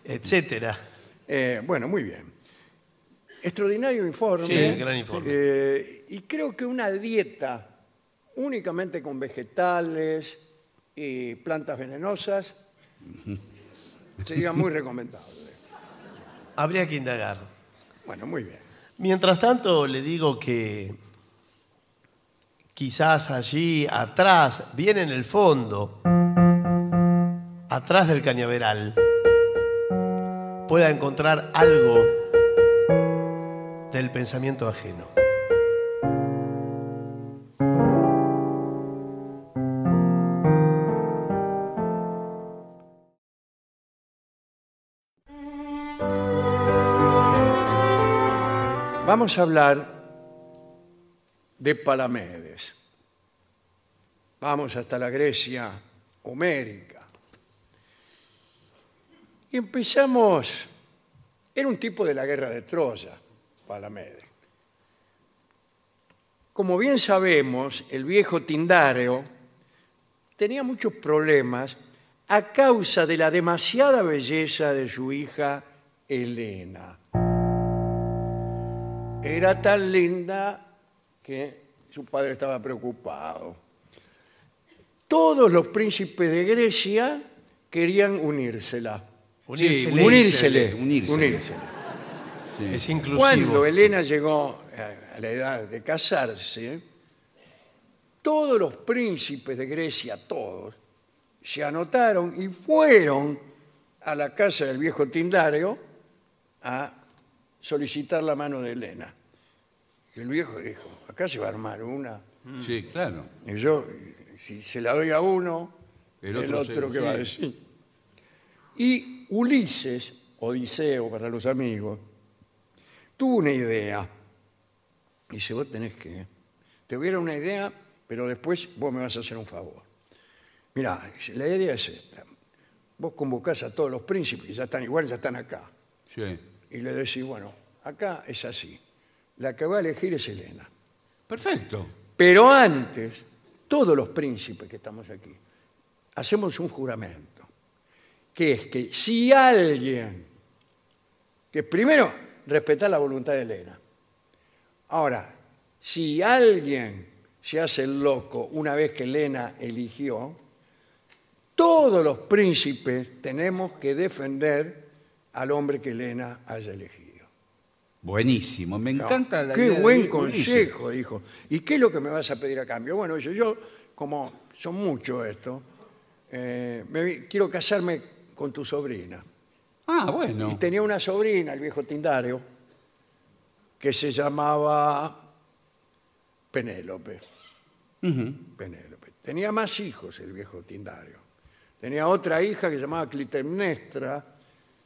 Speaker 3: etcétera.
Speaker 1: Eh, bueno, muy bien. Extraordinario informe.
Speaker 3: Sí, gran informe.
Speaker 1: Eh, y creo que una dieta únicamente con vegetales y plantas venenosas sería muy recomendable.
Speaker 3: Habría que indagar.
Speaker 1: Bueno, muy bien.
Speaker 3: Mientras tanto, le digo que quizás allí atrás, bien en el fondo, atrás del cañaveral, pueda encontrar algo del pensamiento ajeno.
Speaker 1: Vamos a hablar de Palamedes. Vamos hasta la Grecia homérica. Y empezamos, era un tipo de la guerra de Troya, Palamedes. Como bien sabemos, el viejo Tindáreo tenía muchos problemas a causa de la demasiada belleza de su hija Helena era tan linda que su padre estaba preocupado. Todos los príncipes de Grecia querían unírsela.
Speaker 3: Unírsele.
Speaker 1: unírsele.
Speaker 2: Unírsele.
Speaker 1: unírsele.
Speaker 2: Sí.
Speaker 3: Es inclusivo.
Speaker 1: Cuando Elena llegó a- a la edad de casarse, todos los príncipes de Grecia, todos, se anotaron y fueron a la casa del viejo Tindario a solicitar la mano de Elena. Y el viejo dijo, acá se va a armar una.
Speaker 3: Mm.
Speaker 2: Sí, claro.
Speaker 1: Y yo, si se la doy a uno, el otro,
Speaker 2: se-
Speaker 1: que
Speaker 2: sí.
Speaker 1: va a decir. Y Ulises, Odiseo para los amigos, tuvo una idea. Y Dice, vos tenés que... Te hubiera una idea, pero después vos me vas a hacer un favor. Mirá, dice, la idea es esta. Vos convocás a todos los príncipes, ya están igual, ya están acá.
Speaker 2: Sí.
Speaker 1: Y le decís, bueno, acá es así. La que va a elegir es Elena.
Speaker 2: Perfecto.
Speaker 1: Pero antes, todos los príncipes que estamos aquí, hacemos un juramento, que es que si alguien, que primero respetar la voluntad de Elena, ahora, si alguien se hace el loco una vez que Elena eligió, todos los príncipes tenemos que defender al hombre que Elena haya elegido.
Speaker 2: Buenísimo. Me
Speaker 1: No,
Speaker 2: encanta la
Speaker 1: Qué
Speaker 2: idea de
Speaker 1: buen
Speaker 2: Ulises.
Speaker 1: consejo, dijo. ¿Y qué es lo que me vas a pedir a cambio? Bueno, dice, yo, como son muchos esto, eh, me vi- quiero casarme con tu sobrina.
Speaker 2: Ah, bueno.
Speaker 1: Y tenía una sobrina, el viejo Tindario, que se llamaba Penélope. Penélope. Tenía más hijos el viejo Tindario. Tenía otra hija que se llamaba Clitemnestra,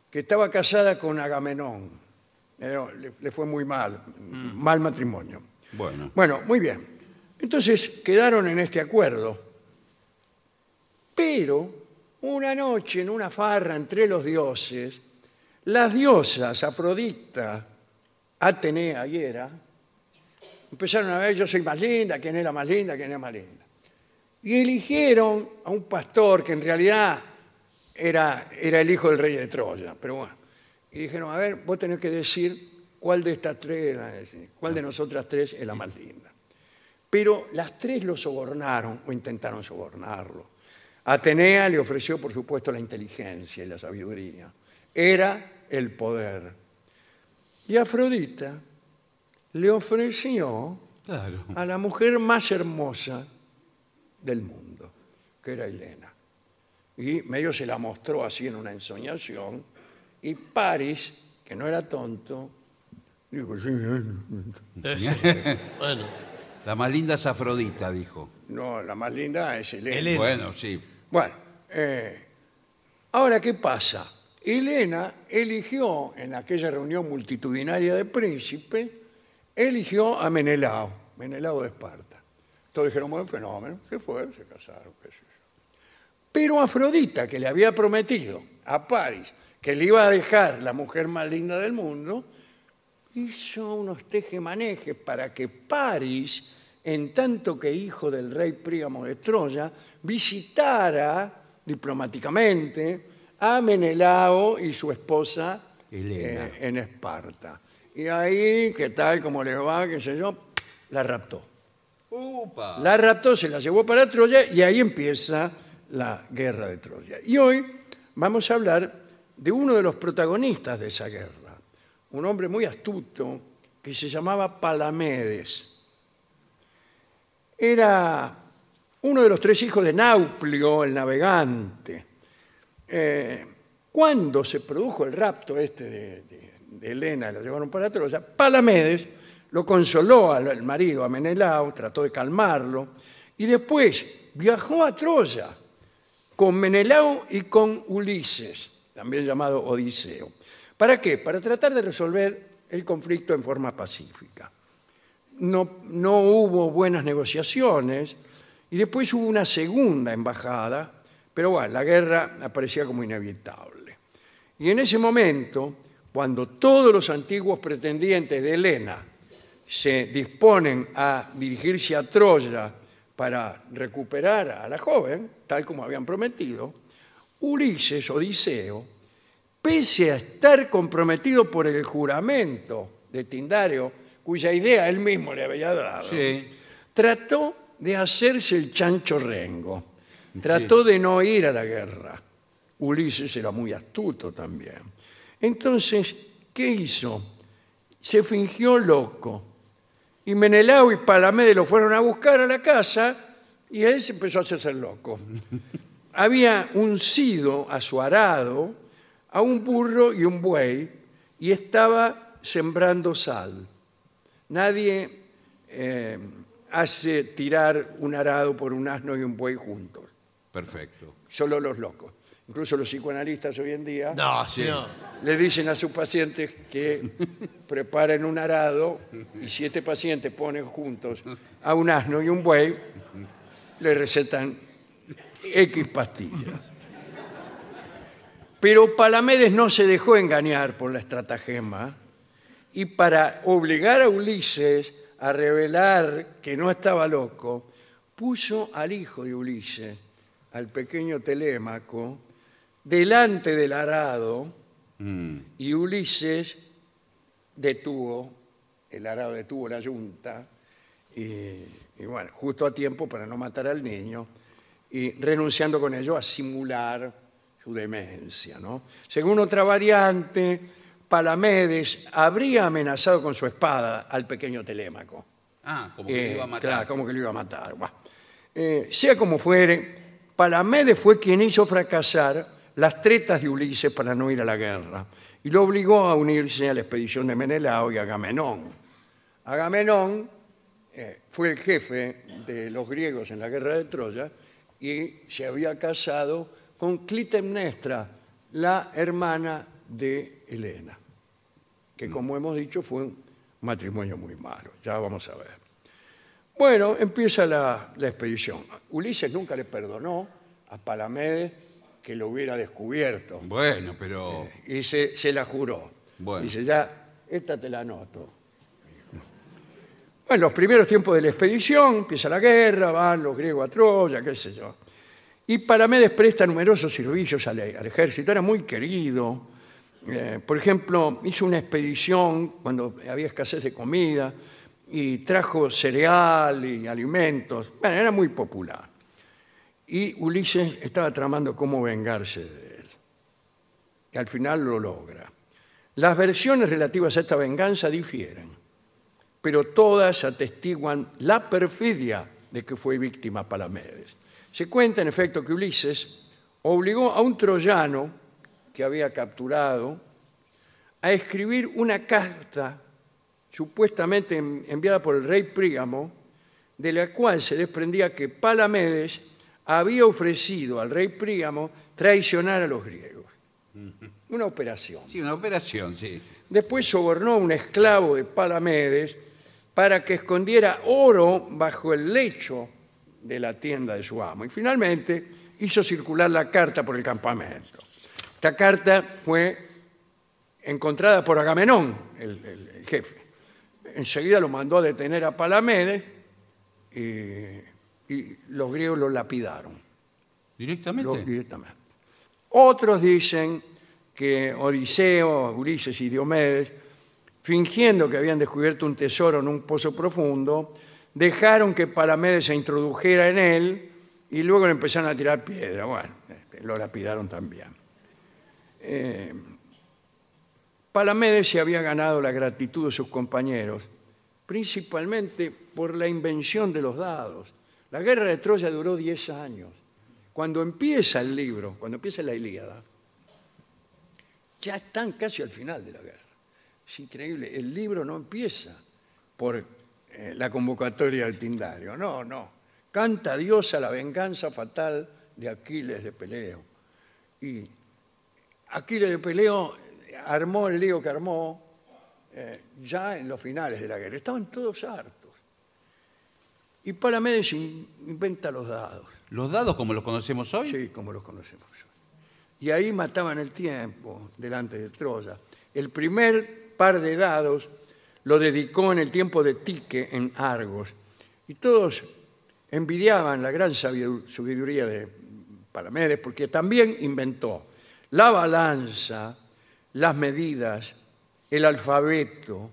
Speaker 1: que estaba casada con Agamenón. Pero Le, le fue muy mal,
Speaker 2: Mm.
Speaker 1: mal matrimonio.
Speaker 2: Bueno.
Speaker 1: Bueno, muy bien. Entonces quedaron en este acuerdo. Pero una noche en una farra entre los dioses, las diosas Afrodita, Atenea y Hera, empezaron a ver yo soy más linda, quién es la más linda, quién es más linda. Y eligieron a un pastor que en realidad era, era el hijo del rey de Troya, pero bueno. Y dijeron, a ver, vos tenés que decir cuál de estas tres, era ese, cuál de nosotras tres es la más linda. Pero las tres lo sobornaron o intentaron sobornarlo. Atenea le ofreció, por supuesto, la inteligencia y la sabiduría. Era el poder. Y Afrodita le ofreció
Speaker 2: Claro.
Speaker 1: a la mujer más hermosa del mundo, que era Elena. Y medio se la mostró así en una ensoñación. Y Paris, que no era tonto, dijo, sí, eh,
Speaker 3: bueno,
Speaker 2: La más linda es Afrodita, dijo.
Speaker 1: no, la más linda es Elena.
Speaker 3: Elena.
Speaker 2: Bueno, sí.
Speaker 1: Bueno, eh, ahora, ¿qué pasa? Elena eligió, en aquella reunión multitudinaria de príncipes, eligió a Menelao, Menelao de Esparta. Todos dijeron, buen fenómeno, se fue, se casaron, qué sé yo. Pero Afrodita, que le había prometido a París que le iba a dejar la mujer más linda del mundo, hizo unos tejemanejes para que París, en tanto que hijo del rey Príamo de Troya, visitara diplomáticamente a Menelao y su esposa
Speaker 2: Helena.
Speaker 1: eh, en Esparta. Y ahí, ¿qué tal? ¿Cómo le va? ¿Qué sé yo? La raptó.
Speaker 2: Upa.
Speaker 1: La raptó, se la llevó para Troya y ahí empieza la guerra de Troya. Y hoy vamos a hablar de uno de los protagonistas de esa guerra, un hombre muy astuto que se llamaba Palamedes. Era uno de los tres hijos de Nauplio, el navegante. Eh, cuando se produjo el rapto este de, de- de Helena, lo llevaron para Troya, Palamedes lo consoló al al marido, a Menelao, trató de calmarlo, y después viajó a Troya con Menelao y con Ulises, también llamado Odiseo. ¿Para qué? Para tratar de resolver el conflicto en forma pacífica no, no hubo buenas negociaciones y después hubo una segunda embajada, pero bueno, la guerra aparecía como inevitable. Y en ese momento, cuando todos los antiguos pretendientes de Helena se disponen a dirigirse a Troya para recuperar a la joven, tal como habían prometido, Ulises, Odiseo, pese a estar comprometido por el juramento de Tindario, cuya idea él mismo le había dado,
Speaker 2: Sí.
Speaker 1: trató de hacerse el chancho rengo, trató de no ir a la guerra. Ulises era muy astuto también. Entonces, ¿qué hizo? se fingió loco. Y Menelao y Palamede lo fueron a buscar a la casa y él se empezó a hacerse el loco. Había uncido a su arado a un burro y un buey y estaba sembrando sal. Nadie eh, hace tirar un arado por un asno y un buey juntos,
Speaker 2: Perfecto.
Speaker 1: solo los locos. Incluso los psicoanalistas hoy en día
Speaker 3: No, sí. no.
Speaker 1: le dicen a sus pacientes que preparen un arado y si este paciente pone juntos a un asno y un buey, le recetan X pastillas. Pero Palamedes no se dejó engañar por la estratagema y para obligar a Ulises a revelar que no estaba loco, puso al hijo de Ulises, al pequeño Telémaco, delante del arado y Ulises detuvo, el arado detuvo la yunta, y, y bueno, justo a tiempo para no matar al niño, y renunciando con ello a simular su demencia. ¿no? Según otra variante, Palamedes habría amenazado con su espada al pequeño Telémaco.
Speaker 2: Ah, como
Speaker 1: Eh, Claro, como que lo iba a matar. Buah. Eh, sea como fuere, Palamedes fue quien hizo fracasar las tretas de Ulises para no ir a la guerra y lo obligó a unirse a la expedición de Menelao y Agamenón. Agamenón eh, fue el jefe de los griegos en la guerra de Troya y se había casado con Clitemnestra, la hermana de Helena que como hemos dicho fue un matrimonio muy malo. Ya vamos a ver. Bueno, empieza la, la expedición. Ulises nunca le perdonó a Palamedes que lo hubiera descubierto
Speaker 2: Bueno, pero.
Speaker 1: y se, se la juró.
Speaker 2: Bueno.
Speaker 1: Dice, ya, esta te la anoto. Bueno, los primeros tiempos de la expedición, empieza la guerra, van los griegos a Troya, qué sé yo. Y Palamedes presta numerosos servicios al, al ejército, era muy querido. Eh, por ejemplo, hizo una expedición cuando había escasez de comida y trajo cereal y alimentos. Bueno, era muy popular. Y Ulises estaba tramando cómo vengarse de él que al final lo logra. Las versiones relativas a esta venganza difieren, pero todas atestiguan la perfidia de que fue víctima Palamedes. Se cuenta, en efecto, que Ulises obligó a un troyano que había capturado a escribir una carta supuestamente en- enviada por el rey Príamo, de la cual se desprendía que Palamedes había ofrecido al rey Príamo traicionar a los griegos. Una operación.
Speaker 2: Sí, una operación, sí.
Speaker 1: Después sobornó a un esclavo de Palamedes para que escondiera oro bajo el lecho de la tienda de su amo. Y finalmente hizo circular la carta por el campamento. Esta carta fue encontrada por Agamenón, el, el- el jefe. Enseguida lo mandó a detener a Palamedes eh, y los griegos lo lapidaron. Lo-
Speaker 2: Directamente.
Speaker 1: directamente. Otros dicen que Odiseo, Ulises y Diomedes, fingiendo que habían descubierto un tesoro en un pozo profundo, dejaron que Palamedes se introdujera en él y luego le empezaron a tirar piedra. Bueno, este, lo lapidaron también. Eh, Palamedes se había ganado la gratitud de sus compañeros, principalmente por la invención de los dados. La guerra de Troya duró 10 años. Cuando empieza el libro, cuando empieza la Ilíada, ya están casi al final de la guerra. Es increíble, el libro no empieza por eh, la convocatoria del Tindario, no, no. Canta Diosa la venganza fatal de Aquiles de Peleo. Y Aquiles de Peleo armó el lío que armó eh, ya en los finales de la guerra. Estaban todos hartos. Y Palamedes in- inventa los dados.
Speaker 2: Los dados como los conocemos hoy.
Speaker 1: Sí, como los conocemos. Y ahí mataban el tiempo delante de Troya. El primer par de dados lo dedicó en el tiempo de Tique en Argos. Y todos envidiaban la gran sabidu- sabiduría de Palamedes porque también inventó la balanza, las medidas, el alfabeto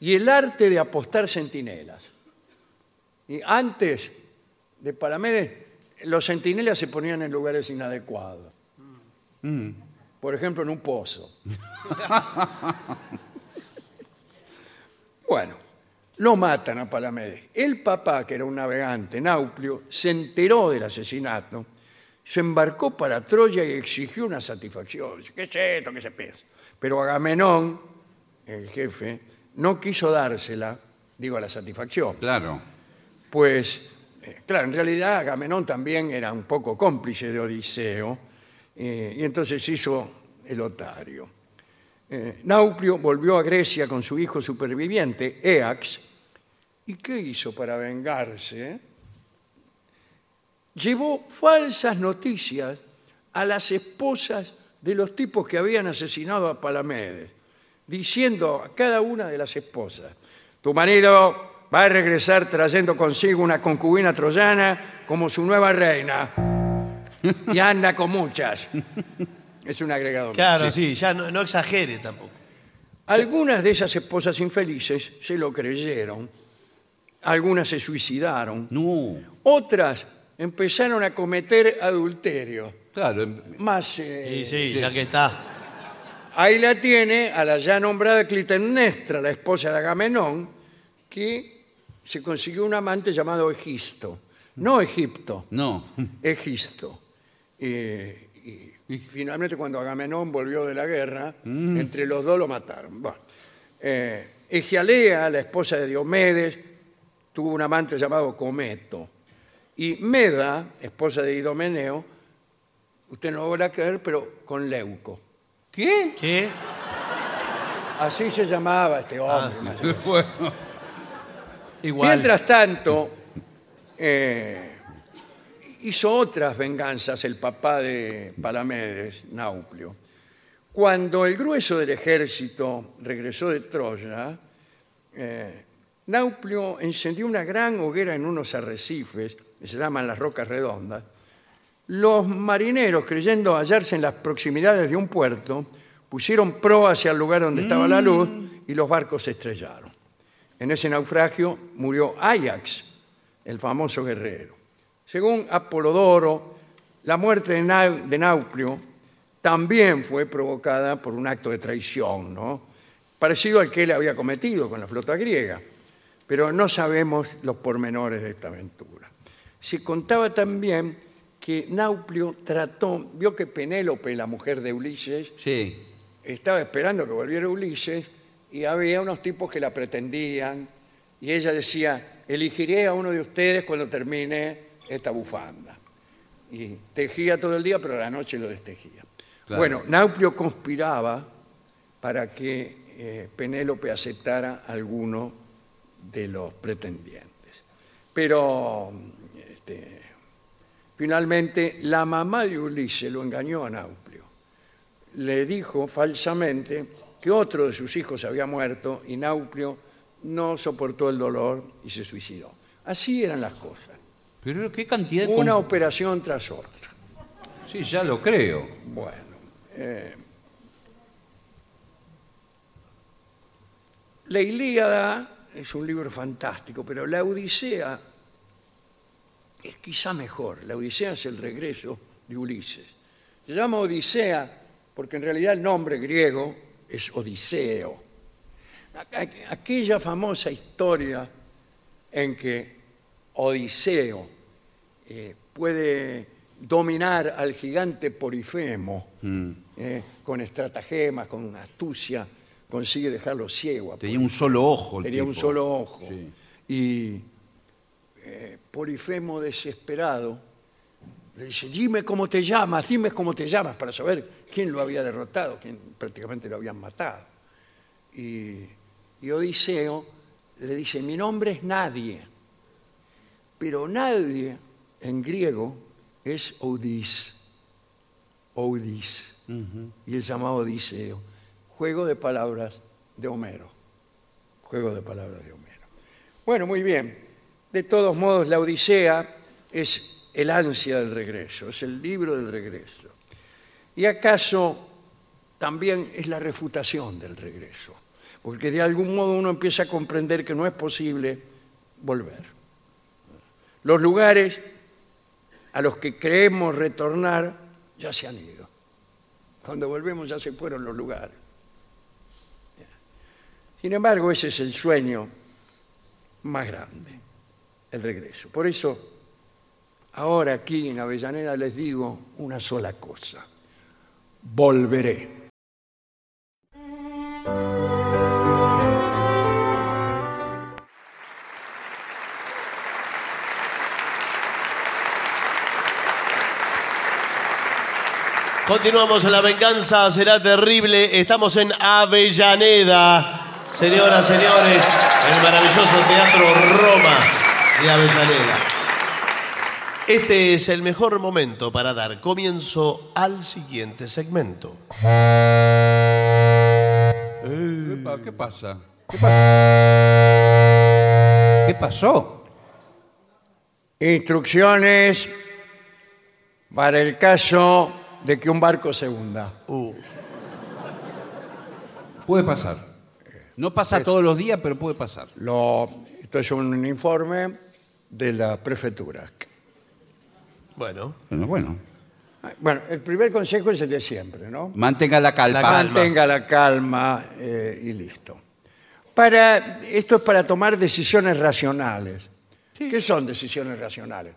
Speaker 1: y el arte de apostar centinelas. Y antes de Palamedes, los centinelas se ponían en lugares inadecuados. Por ejemplo, en un pozo. Bueno, lo matan a Palamedes. El papá, que era un navegante, Nauplio, se enteró del asesinato, se embarcó para Troya y exigió una satisfacción. Dice, ¿Qué es esto? ¿Qué se piensa? Pero Agamenón, el jefe, no quiso dársela, digo, a la satisfacción.
Speaker 2: Claro.
Speaker 1: Pues, eh, claro, en realidad Agamenón también era un poco cómplice de Odiseo, eh, y entonces hizo el otario. Eh, Nauplio volvió a Grecia con su hijo superviviente, Eax, y ¿qué hizo para vengarse? Llevó falsas noticias a las esposas de los tipos que habían asesinado a Palamedes, diciendo a cada una de las esposas, tu marido va a regresar trayendo consigo una concubina troyana como su nueva reina, y anda con muchas. Es un agregado. más.
Speaker 3: Claro, sí, ya no, no exagere tampoco.
Speaker 1: Algunas de esas esposas infelices se lo creyeron, algunas se suicidaron,
Speaker 2: No.
Speaker 1: otras empezaron a cometer adulterio.
Speaker 2: Claro. em-
Speaker 1: Más, eh,
Speaker 3: Y sí, ya que está.
Speaker 1: ahí la tiene a la ya nombrada Clitemnestra, la esposa de Agamenón, que se consiguió un amante llamado Egisto. No Egipto,
Speaker 2: No.
Speaker 1: Egisto. Eh, y finalmente cuando Agamenón volvió de la guerra, entre los dos lo mataron. Bueno, eh, Egialea, la esposa de Diomedes, tuvo un amante llamado Cometo. Y Meda, esposa de Idomeneo, usted no lo va a creer, pero con Leuco.
Speaker 2: ¿Qué?
Speaker 3: ¿Qué?
Speaker 1: Así se llamaba este hombre. más o menos.
Speaker 2: Bueno.
Speaker 3: Igual.
Speaker 1: Mientras tanto, eh, hizo otras venganzas el papá de Palamedes, Nauplio. Cuando el grueso del ejército regresó de Troya, eh, Nauplio encendió una gran hoguera en unos arrecifes, que se llaman las rocas redondas. Los marineros, creyendo hallarse en las proximidades de un puerto, pusieron proa hacia el lugar donde estaba la luz y los barcos se estrellaron. En ese naufragio murió Ajax, el famoso guerrero. Según Apolodoro, la muerte de, Nau- de Nauplio también fue provocada por un acto de traición, ¿no? parecido al que él había cometido con la flota griega. Pero no sabemos los pormenores de esta aventura. Se contaba también que Nauplio trató, vio que Penélope, la mujer de Ulises,
Speaker 2: Sí.
Speaker 1: estaba esperando que volviera Ulises y había unos tipos que la pretendían y ella decía, elegiré a uno de ustedes cuando termine esta bufanda. Y tejía todo el día, pero a la noche lo destejía.
Speaker 2: Claro.
Speaker 1: Bueno, Nauplio conspiraba para que eh, Penélope aceptara alguno de los pretendientes. Pero este, finalmente la mamá de Ulises lo engañó a Nauplio le dijo falsamente que otro de sus hijos había muerto y Nauplio no soportó el dolor y se suicidó. Así eran las cosas.
Speaker 2: Pero qué cantidad de...
Speaker 1: Una
Speaker 2: conf-
Speaker 1: operación tras otra.
Speaker 2: Sí, ya lo creo.
Speaker 1: Bueno. eh, la Ilíada es un libro fantástico, pero la Odisea es quizá mejor. La Odisea es el regreso de Ulises. Se llama Odisea porque en realidad el nombre griego es Odiseo. Aqu- Aquella famosa historia en que Odiseo eh, puede dominar al gigante Porifemo
Speaker 2: Mm.
Speaker 1: eh, con estratagemas, con astucia, consigue dejarlo ciego. a
Speaker 2: Tenía un solo ojo. el
Speaker 1: Tenía un
Speaker 2: tipo.
Speaker 1: solo ojo.
Speaker 2: Sí.
Speaker 1: Y eh, Polifemo desesperado le dice, dime cómo te llamas, dime cómo te llamas para saber quién lo había derrotado, quién prácticamente lo habían matado. Y, y Odiseo le dice, mi nombre es nadie, pero nadie en griego es Odis. Odis. Y es llamado Odiseo. Juego de palabras de Homero. Juego de palabras de Homero. Bueno, muy bien. De todos modos, la Odisea es el ansia del regreso, es el libro del regreso. Y acaso también es la refutación del regreso, porque de algún modo uno empieza a comprender que no es posible volver. Los lugares a los que creemos retornar ya se han ido. Cuando volvemos ya se fueron los lugares. Sin embargo, ese es el sueño más grande, el regreso. Por eso, ahora aquí en Avellaneda les digo una sola cosa, volveré.
Speaker 3: Continuamos en La Venganza Será Terrible. Estamos en Avellaneda. Señoras, señores, el maravilloso Teatro Roma de Avellaneda. Este es el mejor momento para dar comienzo al siguiente segmento.
Speaker 2: Epa, ¿Qué pasa? ¿Qué pasa? ¿Qué pasó?
Speaker 1: Instrucciones para el caso de que un barco se hunda.
Speaker 3: Uh,
Speaker 2: Puede pasar. No pasa todos los días, pero puede pasar.
Speaker 1: Lo- esto es un informe de la prefectura.
Speaker 3: bueno,
Speaker 2: Bueno, bueno.
Speaker 1: Bueno, el primer consejo es el de siempre, ¿no?
Speaker 2: Mantenga la calma.
Speaker 3: La calma.
Speaker 1: Mantenga la calma eh, y listo. Para, esto es para tomar decisiones racionales. ¿Qué son decisiones racionales?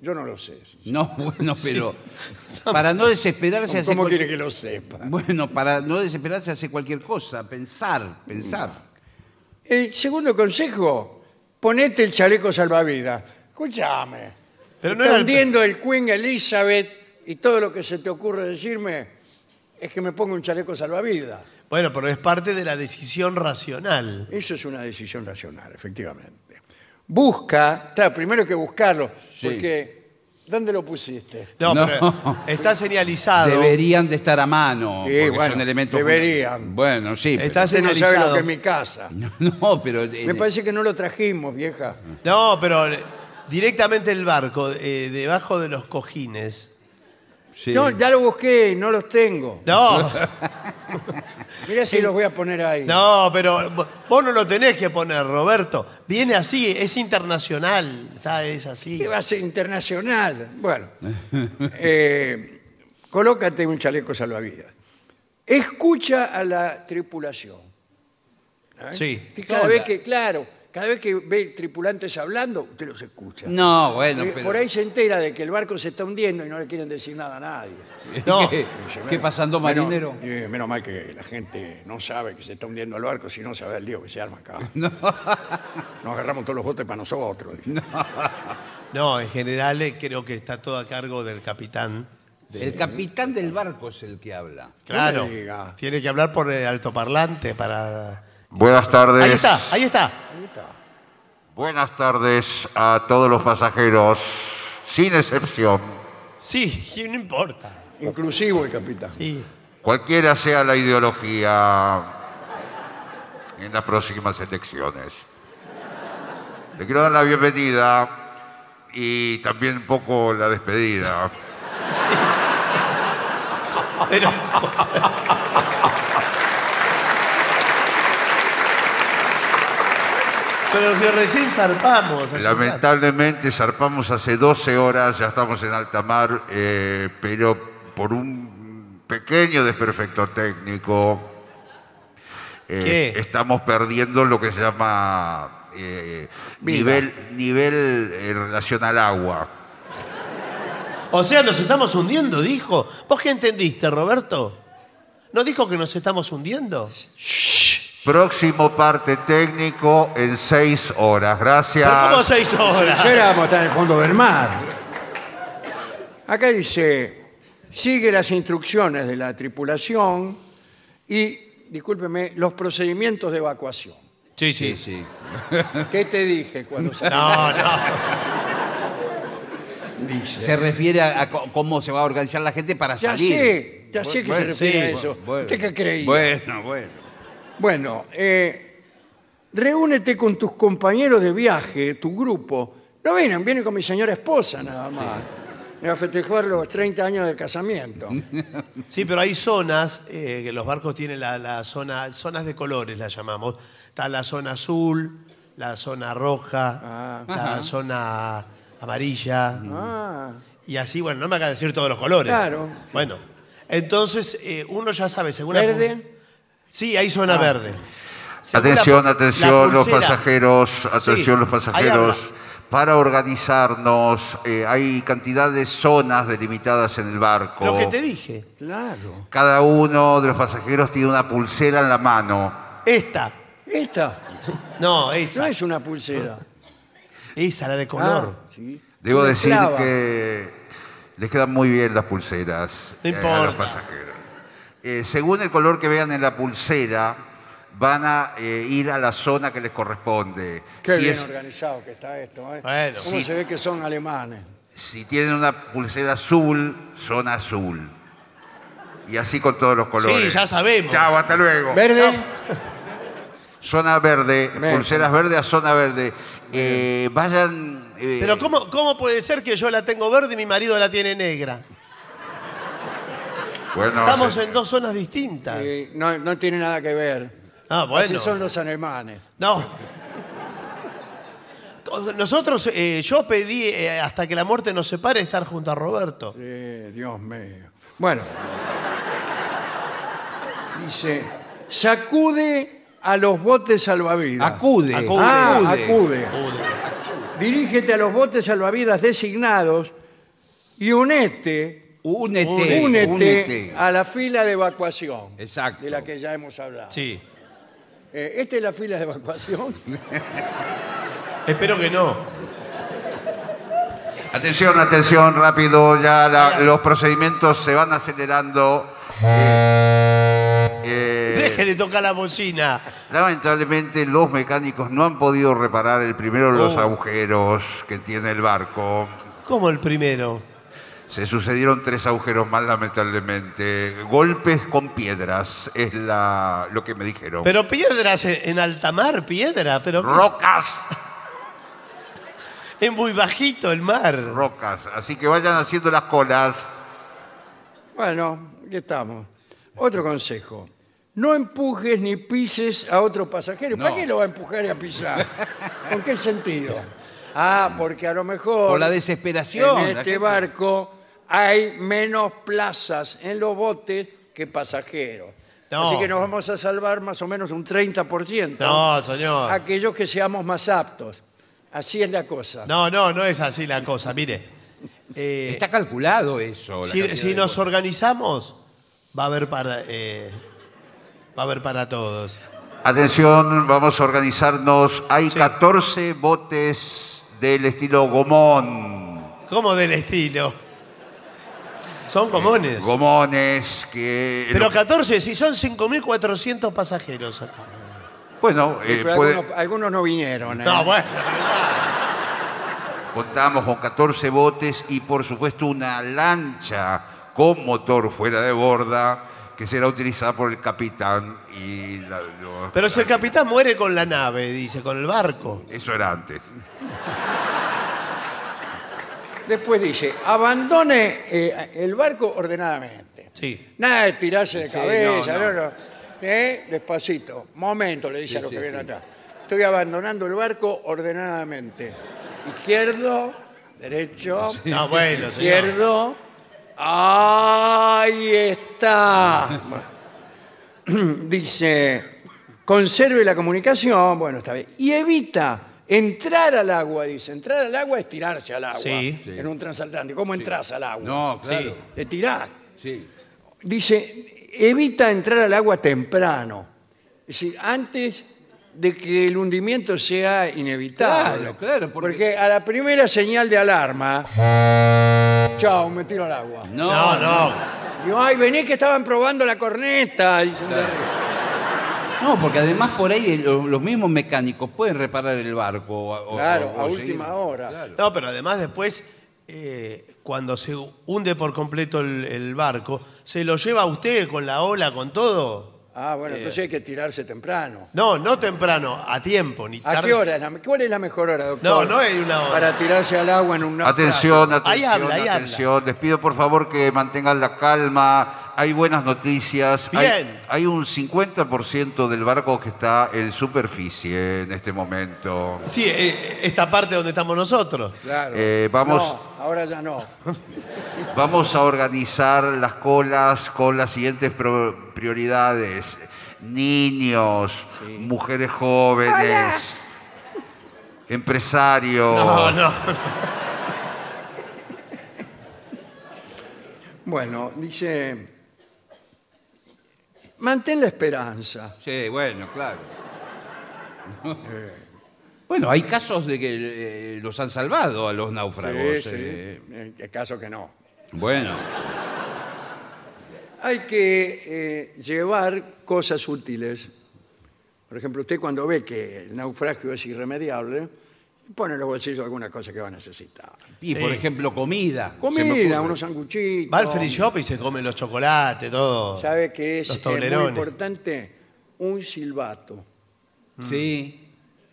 Speaker 1: Yo no lo sé.
Speaker 2: No, bueno, pero para no desesperarse hace
Speaker 1: ¿Cómo
Speaker 2: cual-
Speaker 1: quiere que lo sepa?
Speaker 2: Bueno, para no desesperarse hace cualquier cosa, pensar, pensar.
Speaker 1: El segundo consejo, ponete el chaleco salvavidas. Escúchame.
Speaker 3: Pero no
Speaker 1: está
Speaker 3: era el-
Speaker 1: hundiendo el... Queen Elizabeth y todo lo que se te ocurre decirme es que me ponga un chaleco salvavidas.
Speaker 3: bueno, pero es parte de la decisión racional.
Speaker 1: Eso es una decisión racional, efectivamente. Busca, claro, primero hay que buscarlo,
Speaker 2: Sí.
Speaker 1: porque ¿dónde lo pusiste?
Speaker 3: No,
Speaker 2: No.
Speaker 3: pero está señalizado.
Speaker 2: Deberían de estar a mano,
Speaker 1: Sí,
Speaker 2: porque
Speaker 1: bueno,
Speaker 2: son elementos funda-
Speaker 1: deberían.
Speaker 2: Bueno, sí. pero-
Speaker 3: Estás
Speaker 1: Usted no sabe lo
Speaker 3: señalizado.
Speaker 1: que es mi casa.
Speaker 2: No, pero eh,
Speaker 1: Me parece que no lo trajimos, vieja.
Speaker 3: No, pero directamente el barco, eh, debajo de los cojines.
Speaker 2: sí.
Speaker 1: No, ya lo busqué, y no los tengo.
Speaker 3: No,
Speaker 1: Mira si los voy a poner ahí.
Speaker 3: no, pero vo- vos no lo tenés que poner, Roberto. Viene así, es internacional, está, es así.
Speaker 1: ¿Qué va a ser internacional? Bueno, eh, colócate un chaleco salvavidas. Escucha a la tripulación. ¿eh?
Speaker 3: Sí.
Speaker 1: Y cada vez que, claro, cada vez que ve tripulantes hablando, usted los escucha.
Speaker 2: No, bueno,
Speaker 1: Eh,
Speaker 2: pero
Speaker 1: Por ahí se entera de que el barco se está hundiendo y no le quieren decir nada a nadie.
Speaker 3: No,
Speaker 2: ¿Qué,
Speaker 1: Dice,
Speaker 2: qué
Speaker 1: bueno,
Speaker 2: pasando
Speaker 1: menos-
Speaker 2: marinero?
Speaker 1: eh, menos mal que la gente no sabe que se está hundiendo el barco, si no sabe el lío que se arma acá. Nos agarramos todos los botes para nosotros. dice.
Speaker 3: no, en general eh, creo que está todo a cargo del capitán.
Speaker 2: El capitán del barco es el que habla.
Speaker 3: Claro,
Speaker 1: me diga.
Speaker 3: tiene que hablar por el altoparlante para...
Speaker 4: Buenas tardes.
Speaker 3: Ahí está, ahí está.
Speaker 1: Ahí está.
Speaker 4: Buenas tardes a todos los pasajeros, sin excepción.
Speaker 3: Sí, y no importa.
Speaker 1: Inclusivo el capitán.
Speaker 3: Sí.
Speaker 4: Cualquiera sea la ideología en las próximas elecciones. Le quiero dar la bienvenida y también un poco la despedida.
Speaker 3: Pero, Pero si recién zarpamos. hace un rato.
Speaker 4: Lamentablemente zarpamos hace 12 horas, ya estamos en alta mar, eh, pero por un pequeño desperfecto técnico eh,
Speaker 3: ¿Qué?
Speaker 4: estamos perdiendo lo que se llama eh, nivel, nivel eh, en relación al agua.
Speaker 3: O sea, nos estamos hundiendo, dijo. ¿Vos qué entendiste, Roberto? ¿No dijo que nos estamos hundiendo?
Speaker 4: Próximo parte técnico en 6 horas. Gracias.
Speaker 3: ¿Pero cómo seis
Speaker 1: Ya
Speaker 3: horas?
Speaker 1: éramos estar en el fondo del mar. Acá dice, sigue las instrucciones de la tripulación y, discúlpeme, los procedimientos de evacuación.
Speaker 3: Sí,
Speaker 2: Sí,
Speaker 3: sí.
Speaker 2: sí.
Speaker 1: ¿Qué te dije cuando salí?
Speaker 3: No, no.
Speaker 2: Se refiere a, a co- cómo se va a organizar la gente para
Speaker 1: Ya
Speaker 2: salir.
Speaker 1: sé, ya sé que se refiere a eso. ¿Usted qué creía?
Speaker 2: Bueno, bueno.
Speaker 1: Bueno, eh, reúnete con tus compañeros de viaje, tu grupo. No vienen, vienen con mi señora esposa nada más. Me va a festejar los 30 años de casamiento.
Speaker 3: Sí, pero hay zonas, eh, que los barcos tienen la, la zona, zonas de colores las llamamos. Está la zona azul, la zona roja,
Speaker 1: Ah.
Speaker 3: la zona amarilla.
Speaker 1: Ah,
Speaker 3: Y así, bueno, no me acaba de decir todos los colores.
Speaker 1: Claro.
Speaker 3: Bueno, entonces eh, uno ya sabe, según... la-
Speaker 1: verde.
Speaker 3: Sí, hay zona verde. Sacó la-
Speaker 4: Ah. Atención,
Speaker 3: la
Speaker 4: atención los
Speaker 3: pulsera.
Speaker 4: pasajeros,
Speaker 3: Sí,
Speaker 4: atención los
Speaker 3: ahí
Speaker 4: pasajeros.
Speaker 3: habla.
Speaker 4: Para organizarnos, eh, hay cantidad de zonas delimitadas en el barco.
Speaker 3: Lo que te dije.
Speaker 1: Claro.
Speaker 4: Cada uno de los pasajeros tiene una pulsera en la mano.
Speaker 3: Esta.
Speaker 1: Esta
Speaker 3: No,
Speaker 1: no
Speaker 3: esa.
Speaker 1: es una pulsera.
Speaker 3: Esa, la de color.
Speaker 1: Ah, sí.
Speaker 4: Debo
Speaker 1: Una
Speaker 4: decir
Speaker 1: clava.
Speaker 4: que les quedan muy bien las pulseras
Speaker 3: No
Speaker 4: eh, a los
Speaker 3: importa.
Speaker 4: pasajeros. Eh, según el color que vean en la pulsera, van a eh, ir a la zona que les corresponde.
Speaker 1: Qué
Speaker 4: si,
Speaker 1: bien
Speaker 4: es-
Speaker 1: organizado que está esto. ¿eh?
Speaker 3: Bueno,
Speaker 1: ¿Cómo
Speaker 3: sí.
Speaker 1: se ve que son alemanes?
Speaker 4: si tienen una pulsera azul, zona azul. Y así con todos los colores.
Speaker 3: Sí, ya sabemos.
Speaker 4: Chao, hasta luego.
Speaker 1: ¿Verde?
Speaker 3: Ah.
Speaker 4: Zona verde,
Speaker 1: Verde.
Speaker 4: pulseras verdes a zona verde. Eh, vayan. eh,
Speaker 3: Pero ¿cómo, ¿cómo puede ser que yo la tengo verde y mi marido la tiene negra?
Speaker 4: bueno,
Speaker 3: Estamos
Speaker 4: se-
Speaker 3: en dos zonas distintas.
Speaker 1: Eh, no, no tiene nada que ver.
Speaker 3: Ah,
Speaker 1: Así
Speaker 3: bueno.
Speaker 1: son los alemanes.
Speaker 3: No. Todos- Nosotros, eh, yo pedí eh, hasta que la muerte nos separe estar junto a Roberto.
Speaker 1: Eh, Dios mío. Bueno. Dice, sacude a los botes salvavidas.
Speaker 2: Acude.
Speaker 3: Acude.
Speaker 1: Ah,
Speaker 2: Acude.
Speaker 1: acude. Dirígete a los botes salvavidas designados y unete,
Speaker 2: Únete.
Speaker 1: únete,
Speaker 2: únete.
Speaker 1: a la fila de evacuación.
Speaker 2: Exacto.
Speaker 1: De la que ya hemos hablado.
Speaker 3: Sí.
Speaker 1: Eh, ¿Esta es la fila de evacuación?
Speaker 3: Espero que no.
Speaker 4: Atención, atención, rápido, ya la- los procedimientos se van acelerando. Eh, eh,
Speaker 3: Deje de tocar la bocina.
Speaker 4: lamentablemente los mecánicos no han podido reparar el primero de los
Speaker 3: Oh.
Speaker 4: agujeros que tiene el barco.
Speaker 3: ¿Cómo el primero?
Speaker 4: Se sucedieron tres agujeros más, lamentablemente. Golpes con piedras, es la, lo que me dijeron.
Speaker 3: Pero piedras en, en alta mar, piedra, pero
Speaker 4: Rocas,
Speaker 3: es muy bajito el mar.
Speaker 4: rocas. Así que vayan haciendo las colas.
Speaker 1: Bueno, aquí estamos. Otro consejo. No empujes ni pises a otro pasajero. ¿Para
Speaker 2: No.
Speaker 1: qué lo va a empujar y a pisar? ¿Con qué sentido? Ah, porque a lo mejor...
Speaker 2: Por la desesperación.
Speaker 1: En
Speaker 2: la
Speaker 1: este
Speaker 2: gente-
Speaker 1: barco hay menos plazas en los botes que pasajeros.
Speaker 3: No.
Speaker 1: Así que nos vamos a salvar más o menos un 30%.
Speaker 3: No, señor.
Speaker 1: Aquellos que seamos más aptos. Así es la cosa.
Speaker 3: No, no, no es así la cosa. Mire, Eh,
Speaker 2: Está calculado eso. la
Speaker 3: si,
Speaker 2: cantidad
Speaker 3: si
Speaker 2: de
Speaker 3: nos
Speaker 2: cosas.
Speaker 3: organizamos, va a haber para, eh, va a haber para todos.
Speaker 4: Atención, vamos a organizarnos. Hay 14 botes del estilo gomón.
Speaker 3: ¿Cómo del estilo? Son comunes.
Speaker 4: Gomones que...
Speaker 3: Pero 14, si son 5.400 pasajeros acá.
Speaker 4: bueno, eh,
Speaker 1: Pero
Speaker 4: puede-
Speaker 1: algunos, algunos no vinieron. ¿eh?
Speaker 3: No, bueno.
Speaker 4: contamos con 14 botes y por supuesto una lancha con motor fuera de borda que será utilizada por el capitán y... la- los-
Speaker 3: Pero si el capitán muere con la nave, dice, con el barco.
Speaker 4: Eso era antes.
Speaker 1: Después dice, abandone eh, el barco ordenadamente.
Speaker 3: Sí.
Speaker 1: Nada de tirarse de
Speaker 2: Sí,
Speaker 1: cabeza,
Speaker 2: no,
Speaker 1: no,
Speaker 2: no.
Speaker 1: no. ¿Eh? Despacito, momento, le dice a los que vienen atrás. Estoy abandonando el barco ordenadamente. Izquierdo, derecho,
Speaker 3: No, bueno, señor.
Speaker 1: izquierdo. Ahí está. Dice, conserve la comunicación, bueno, está bien. Y evita entrar al agua, dice. Entrar al agua es tirarse al agua.
Speaker 3: Sí.
Speaker 1: En un transatlántico. ¿Cómo entras al agua?
Speaker 2: No, claro.
Speaker 1: Te tirás
Speaker 2: Sí.
Speaker 1: dice, evita entrar al agua temprano. Es decir, antes de que el hundimiento sea inevitable.
Speaker 2: Claro, claro, porque-
Speaker 1: Porque, a la primera señal de alarma, chao, me tiro al agua.
Speaker 2: No,
Speaker 3: No, no.
Speaker 1: Digo, ay, vení que estaban probando la corneta. dicen de arriba.
Speaker 2: No, porque además por ahí eh, lo- los mismos mecánicos pueden reparar el barco. o- o-
Speaker 1: Claro,
Speaker 2: o
Speaker 1: a
Speaker 2: seguir.
Speaker 1: última hora.
Speaker 3: No, pero además después, eh, cuando se hunde por completo el, el barco, ¿se lo lleva a usted con la ola, con todo?
Speaker 1: Ah,
Speaker 2: Eh.
Speaker 1: bueno, entonces hay que tirarse temprano.
Speaker 3: No, no temprano, a tiempo, ni tarde.
Speaker 1: ¿A qué hora? es la- ¿Cuál es la mejor hora, doctor?
Speaker 3: No, no hay una hora.
Speaker 1: Para tirarse al agua en un
Speaker 4: Atención,
Speaker 3: Ahí
Speaker 4: atención,
Speaker 3: habla, ahí habla.
Speaker 4: atención. Les pido por favor que mantengan la calma. hay buenas noticias. Hay-
Speaker 3: Bien.
Speaker 4: Hay, un 50% del barco que está en superficie en este momento.
Speaker 3: Sí, eh, esta parte donde estamos nosotros.
Speaker 1: Claro.
Speaker 4: Eh, vamos-
Speaker 1: No, ahora ya no.
Speaker 4: Vamos a organizar las colas con las siguientes pro- prioridades. Niños, mujeres jóvenes, empresarios.
Speaker 3: No, no.
Speaker 1: Bueno, dice, mantén la esperanza.
Speaker 2: Sí, bueno, claro. Bueno, hay casos de que eh, los han salvado a los náufragos.
Speaker 1: Sí,
Speaker 2: eh.
Speaker 1: sí. En el caso que no.
Speaker 2: Bueno,
Speaker 1: Hay que eh, llevar cosas útiles. Por ejemplo, usted cuando ve que el naufragio es irremediable, pone en los bolsillos alguna cosa que va a necesitar.
Speaker 2: y por ejemplo, comida. se me ocurre.
Speaker 1: Comida, unos sanguchitos.
Speaker 3: Va al free shop y se come los chocolates, todo.
Speaker 1: Sabe que es,
Speaker 3: Los
Speaker 1: eh, muy
Speaker 3: tablerones.
Speaker 1: importante un silbato.
Speaker 2: Mm. Sí.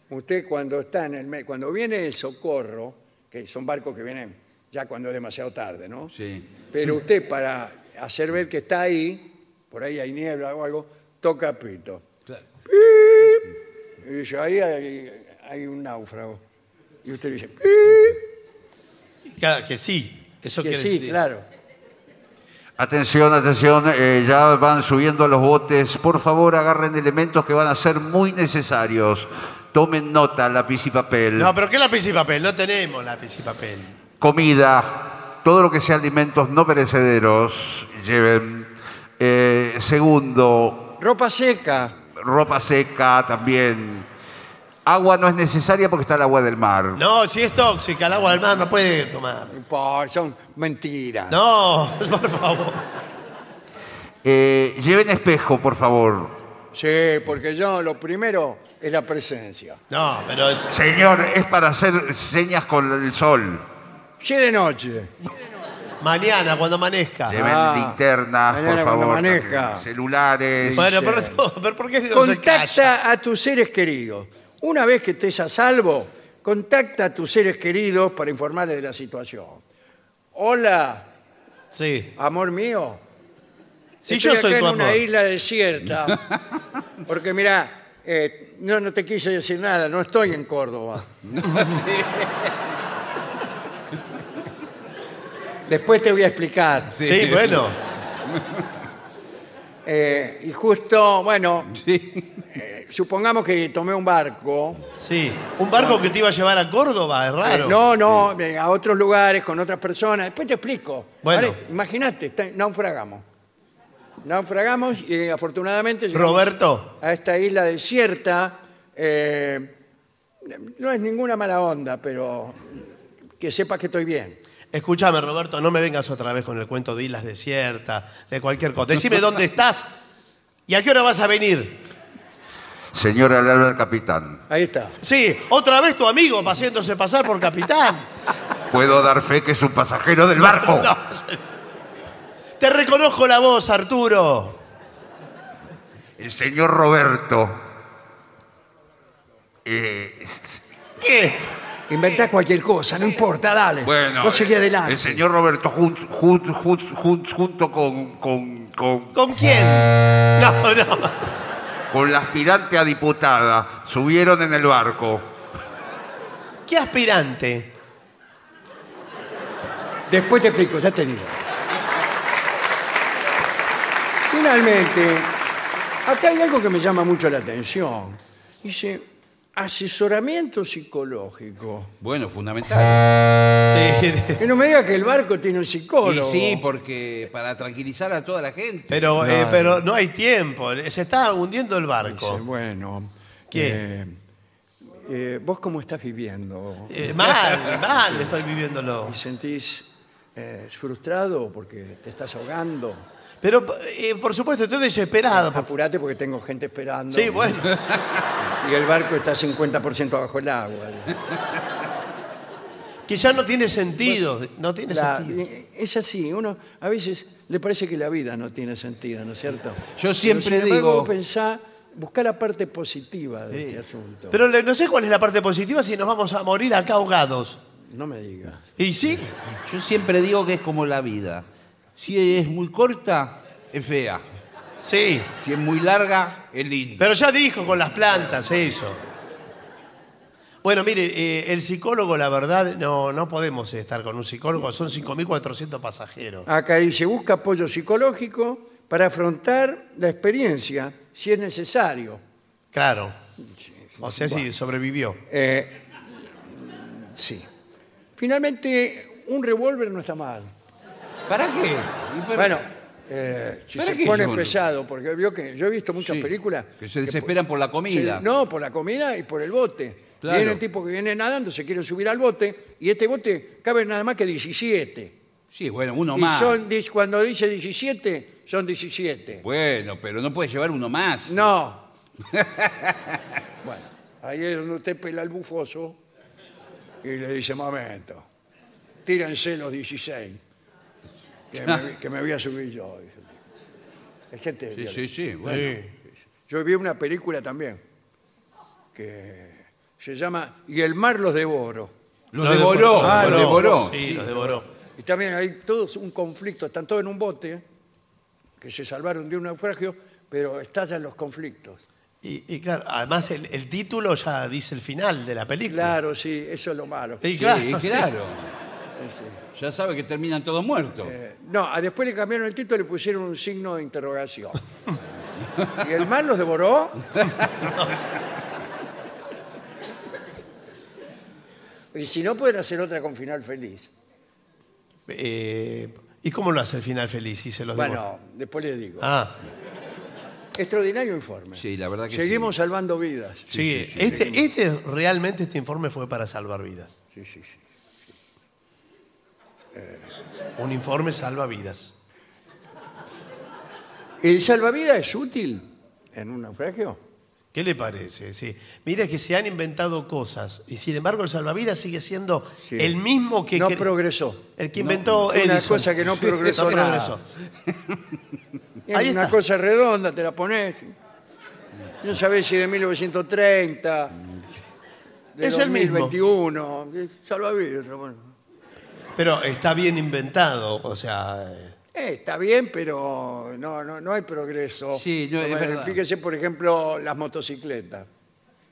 Speaker 1: Usted cuando está en el me- cuando viene el socorro, que son barcos que vienen ya cuando es demasiado tarde, ¿no?
Speaker 2: Sí.
Speaker 1: Pero usted para hacer ver que está ahí, por ahí hay niebla o algo, toca pito.
Speaker 2: Claro.
Speaker 1: Pip. Y dice, ahí hay, hay un náufrago. Y usted dice, "Pip",
Speaker 3: Claro que sí. Eso
Speaker 1: que
Speaker 3: quiere
Speaker 1: sí,
Speaker 3: decir.
Speaker 1: claro.
Speaker 4: Atención, atención, eh, ya van subiendo los botes. Por favor, agarren elementos que van a ser muy necesarios. Tomen nota, lápiz y papel.
Speaker 3: No, pero ¿qué lápiz y papel? No tenemos lápiz y papel.
Speaker 4: Comida, todo lo que sea alimentos no perecederos, lleven. Eh, segundo,
Speaker 1: Ropa seca.
Speaker 4: ropa seca también. Agua no es necesaria porque está el agua del mar.
Speaker 3: No, si es tóxica, el agua del mar no puede tomar.
Speaker 1: Po, son mentiras.
Speaker 3: No, por favor.
Speaker 4: Eh, lleven espejo, por favor.
Speaker 1: Sí, porque yo lo primero es la presencia.
Speaker 3: No, pero es-
Speaker 4: Señor, es para hacer señas con el sol.
Speaker 1: Sí de noche.
Speaker 3: mañana, cuando amanezca.
Speaker 4: Lleven
Speaker 1: Ah,
Speaker 4: linternas,
Speaker 1: mañana
Speaker 4: por
Speaker 1: cuando
Speaker 4: favor.
Speaker 1: amanezca.
Speaker 4: Celulares.
Speaker 3: Bueno, pero, no, pero ¿por qué no se calla?
Speaker 1: Contacta a tus seres queridos. Una vez que estés a salvo, contacta a tus seres queridos para informarles de la situación. Hola,
Speaker 3: Sí.
Speaker 1: amor mío.
Speaker 3: Sí,
Speaker 1: Estoy
Speaker 3: yo soy
Speaker 1: acá
Speaker 3: tu
Speaker 1: en una
Speaker 3: amor.
Speaker 1: isla desierta. Porque mira, no, no te quise decir nada, no estoy en Córdoba. Después te voy a explicar.
Speaker 3: Sí, bueno.
Speaker 1: Eh, y justo, bueno,
Speaker 2: Sí.
Speaker 1: eh, supongamos que tomé un barco.
Speaker 3: Sí. Un barco que te iba a llevar a Córdoba, es raro.
Speaker 1: Ah, No, no, eh, a otros lugares, con otras personas. Después te explico.
Speaker 3: Bueno.
Speaker 1: Ahora, Imagínate, está- naufragamos. Naufragamos y afortunadamente llegamos
Speaker 3: Roberto.
Speaker 1: a esta isla desierta. eh, no es ninguna mala onda, pero que sepas que estoy bien.
Speaker 3: Escúchame, Roberto, no me vengas otra vez con el cuento de islas desiertas, de cualquier cosa. Decime dónde estás y a qué hora vas a venir.
Speaker 4: Señor, al habla el capitán.
Speaker 1: Ahí está.
Speaker 3: Sí, otra vez tu amigo haciéndose pasar por capitán.
Speaker 4: Puedo dar fe que es un pasajero del barco.
Speaker 3: No. Te reconozco la voz, Arturo.
Speaker 4: El señor Roberto. Eh,
Speaker 3: ¿Qué?
Speaker 1: Inventá cualquier cosa, no importa, dale.
Speaker 4: bueno, eh,
Speaker 1: Vos seguí adelante.
Speaker 4: el señor Roberto jun- jun- jun- jun- junto con, con- con-
Speaker 3: ¿Con quién? No, no.
Speaker 4: con la aspirante a diputada subieron en el barco.
Speaker 3: ¿Qué aspirante?
Speaker 1: Después te explico, ya te digo. Finalmente, acá hay algo que me llama mucho la atención. Dice, asesoramiento psicológico.
Speaker 2: Bueno, fundamental.
Speaker 3: Sí.
Speaker 1: Que no me diga que el barco tiene un
Speaker 2: Y
Speaker 1: psicólogo.
Speaker 2: sí, porque para tranquilizar a toda la gente.
Speaker 3: Pero, eh, pero no hay tiempo. Se está hundiendo el
Speaker 1: Dice,
Speaker 3: barco.
Speaker 1: bueno,
Speaker 3: ¿Qué?
Speaker 1: eh, eh, ¿Vos cómo estás viviendo?
Speaker 3: Eh, mal, mal estoy viviéndolo.
Speaker 1: ¿Te sentís eh, frustrado porque te estás ahogando?
Speaker 3: Pero, eh, por supuesto, estoy desesperado. por-
Speaker 1: Apurate porque tengo gente esperando.
Speaker 3: Sí, bueno.
Speaker 1: Y el barco está 50% bajo el agua.
Speaker 3: Que ya no tiene sentido. No tiene
Speaker 1: La-
Speaker 3: sentido.
Speaker 1: eh, es así, uno a veces le parece que la vida no tiene sentido, ¿no es cierto?
Speaker 2: Yo siempre
Speaker 1: Pero, sin embargo,
Speaker 2: digo-
Speaker 1: vos pensá, buscá la parte positiva de este asunto.
Speaker 3: Pero le- no sé cuál es la parte positiva si nos vamos a morir acá ahogados.
Speaker 1: No me digas.
Speaker 3: ¿Y sí?
Speaker 2: Yo siempre digo que es como la vida. Si es muy corta, es fea.
Speaker 3: Sí,
Speaker 2: Si es muy larga, es linda.
Speaker 3: pero ya dijo con las plantas eso. Bueno, mire, eh, el psicólogo, la verdad, no, no podemos estar con un psicólogo, son 5.400 pasajeros.
Speaker 1: Acá dice, busca apoyo psicológico para afrontar la experiencia, si es necesario.
Speaker 3: Claro. O sea, sí, sobrevivió.
Speaker 1: Eh, sí. Finalmente, un revólver no está mal.
Speaker 2: ¿Para qué? ¿Y para-
Speaker 1: Bueno, eh, si
Speaker 2: ¿Para
Speaker 1: se
Speaker 2: qué
Speaker 1: pone
Speaker 2: yo no?
Speaker 1: pesado, porque vio que yo he visto muchas
Speaker 2: Sí,
Speaker 1: películas.
Speaker 2: Que se desesperan por la comida.
Speaker 1: Sí, No, por la comida y por el bote.
Speaker 2: Claro.
Speaker 1: Viene el tipo que viene nadando, se quiere subir al bote, y este bote cabe nada más que 17.
Speaker 2: Sí, bueno, uno
Speaker 1: y
Speaker 2: más.
Speaker 1: son, di- cuando dice 17, son 17.
Speaker 2: Bueno, pero no puede llevar uno más.
Speaker 1: No. bueno, ahí es donde usted pela al bufoso y le dice, momento, tírense los 16, que, me, que me voy a subir yo. dice. Es gente...
Speaker 2: Sí,
Speaker 1: violenta.
Speaker 2: sí, sí, bueno.
Speaker 1: Yo vi una película también que se llama Y el mar los devoró.
Speaker 2: Lo devoró,
Speaker 1: Ah,
Speaker 2: lo
Speaker 1: no.
Speaker 2: devoró.
Speaker 3: Sí, los devoró.
Speaker 1: Y también hay todo un conflicto, están todos en un bote que se salvaron de un naufragio, pero estallan los conflictos.
Speaker 3: Y, y claro, además el, el título ya dice el final de la película.
Speaker 1: Claro, sí, eso es lo malo.
Speaker 3: Y
Speaker 2: Sí,
Speaker 3: claro, sí.
Speaker 2: claro.
Speaker 1: Sí.
Speaker 2: Ya sabe que terminan todos muertos.
Speaker 1: Eh, No, a- después le cambiaron el título y le pusieron un signo de interrogación. ¿Y el mar los devoró? y si no, pueden hacer otra con final feliz.
Speaker 3: Eh, ¿Y cómo lo hace el final feliz? Si se los devoró?
Speaker 1: Bueno, después les digo.
Speaker 3: Ah,
Speaker 1: Extraordinario informe.
Speaker 2: Sí, la verdad que sí.
Speaker 1: Seguimos salvando vidas.
Speaker 3: sí, este, este realmente este informe fue para salvar vidas.
Speaker 1: Sí, sí, sí.
Speaker 3: Un informe salva vidas.
Speaker 1: ¿El salvavidas es útil en un naufragio?
Speaker 3: ¿Qué le parece? Sí. Mira que se han inventado cosas y sin embargo el salvavidas sigue siendo
Speaker 1: Sí.
Speaker 3: el mismo que
Speaker 1: No
Speaker 3: cre-
Speaker 1: progresó.
Speaker 3: el que inventó
Speaker 1: una
Speaker 3: Edison.
Speaker 1: cosa que no progresó
Speaker 3: No
Speaker 1: nada.
Speaker 3: progresó.
Speaker 1: Es
Speaker 3: Ahí
Speaker 1: una
Speaker 3: está.
Speaker 1: cosa redonda, te la pones. No sabés si de 1930, de
Speaker 3: Es el mismo.
Speaker 1: 2021. Salvavidas, bueno.
Speaker 3: Pero está bien inventado, o sea, eh,
Speaker 1: Eh, está bien, pero no, no, no hay progreso.
Speaker 2: Sí, no, es
Speaker 1: Bueno,
Speaker 2: verdad.
Speaker 1: Fíjese, por ejemplo, las motocicletas.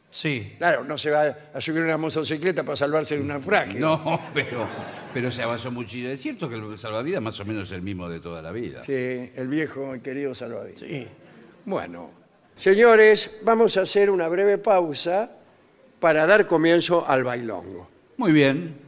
Speaker 3: sí.
Speaker 1: Claro, no se va a subir una motocicleta para salvarse de un naufragio.
Speaker 2: No, pero, pero se avanzó muchísimo. Es cierto que el salvavidas más o menos es el mismo de toda la vida.
Speaker 1: Sí, el viejo y querido salvavidas.
Speaker 3: sí.
Speaker 1: Bueno, señores, vamos a hacer una breve pausa para dar comienzo al bailongo.
Speaker 2: Muy bien.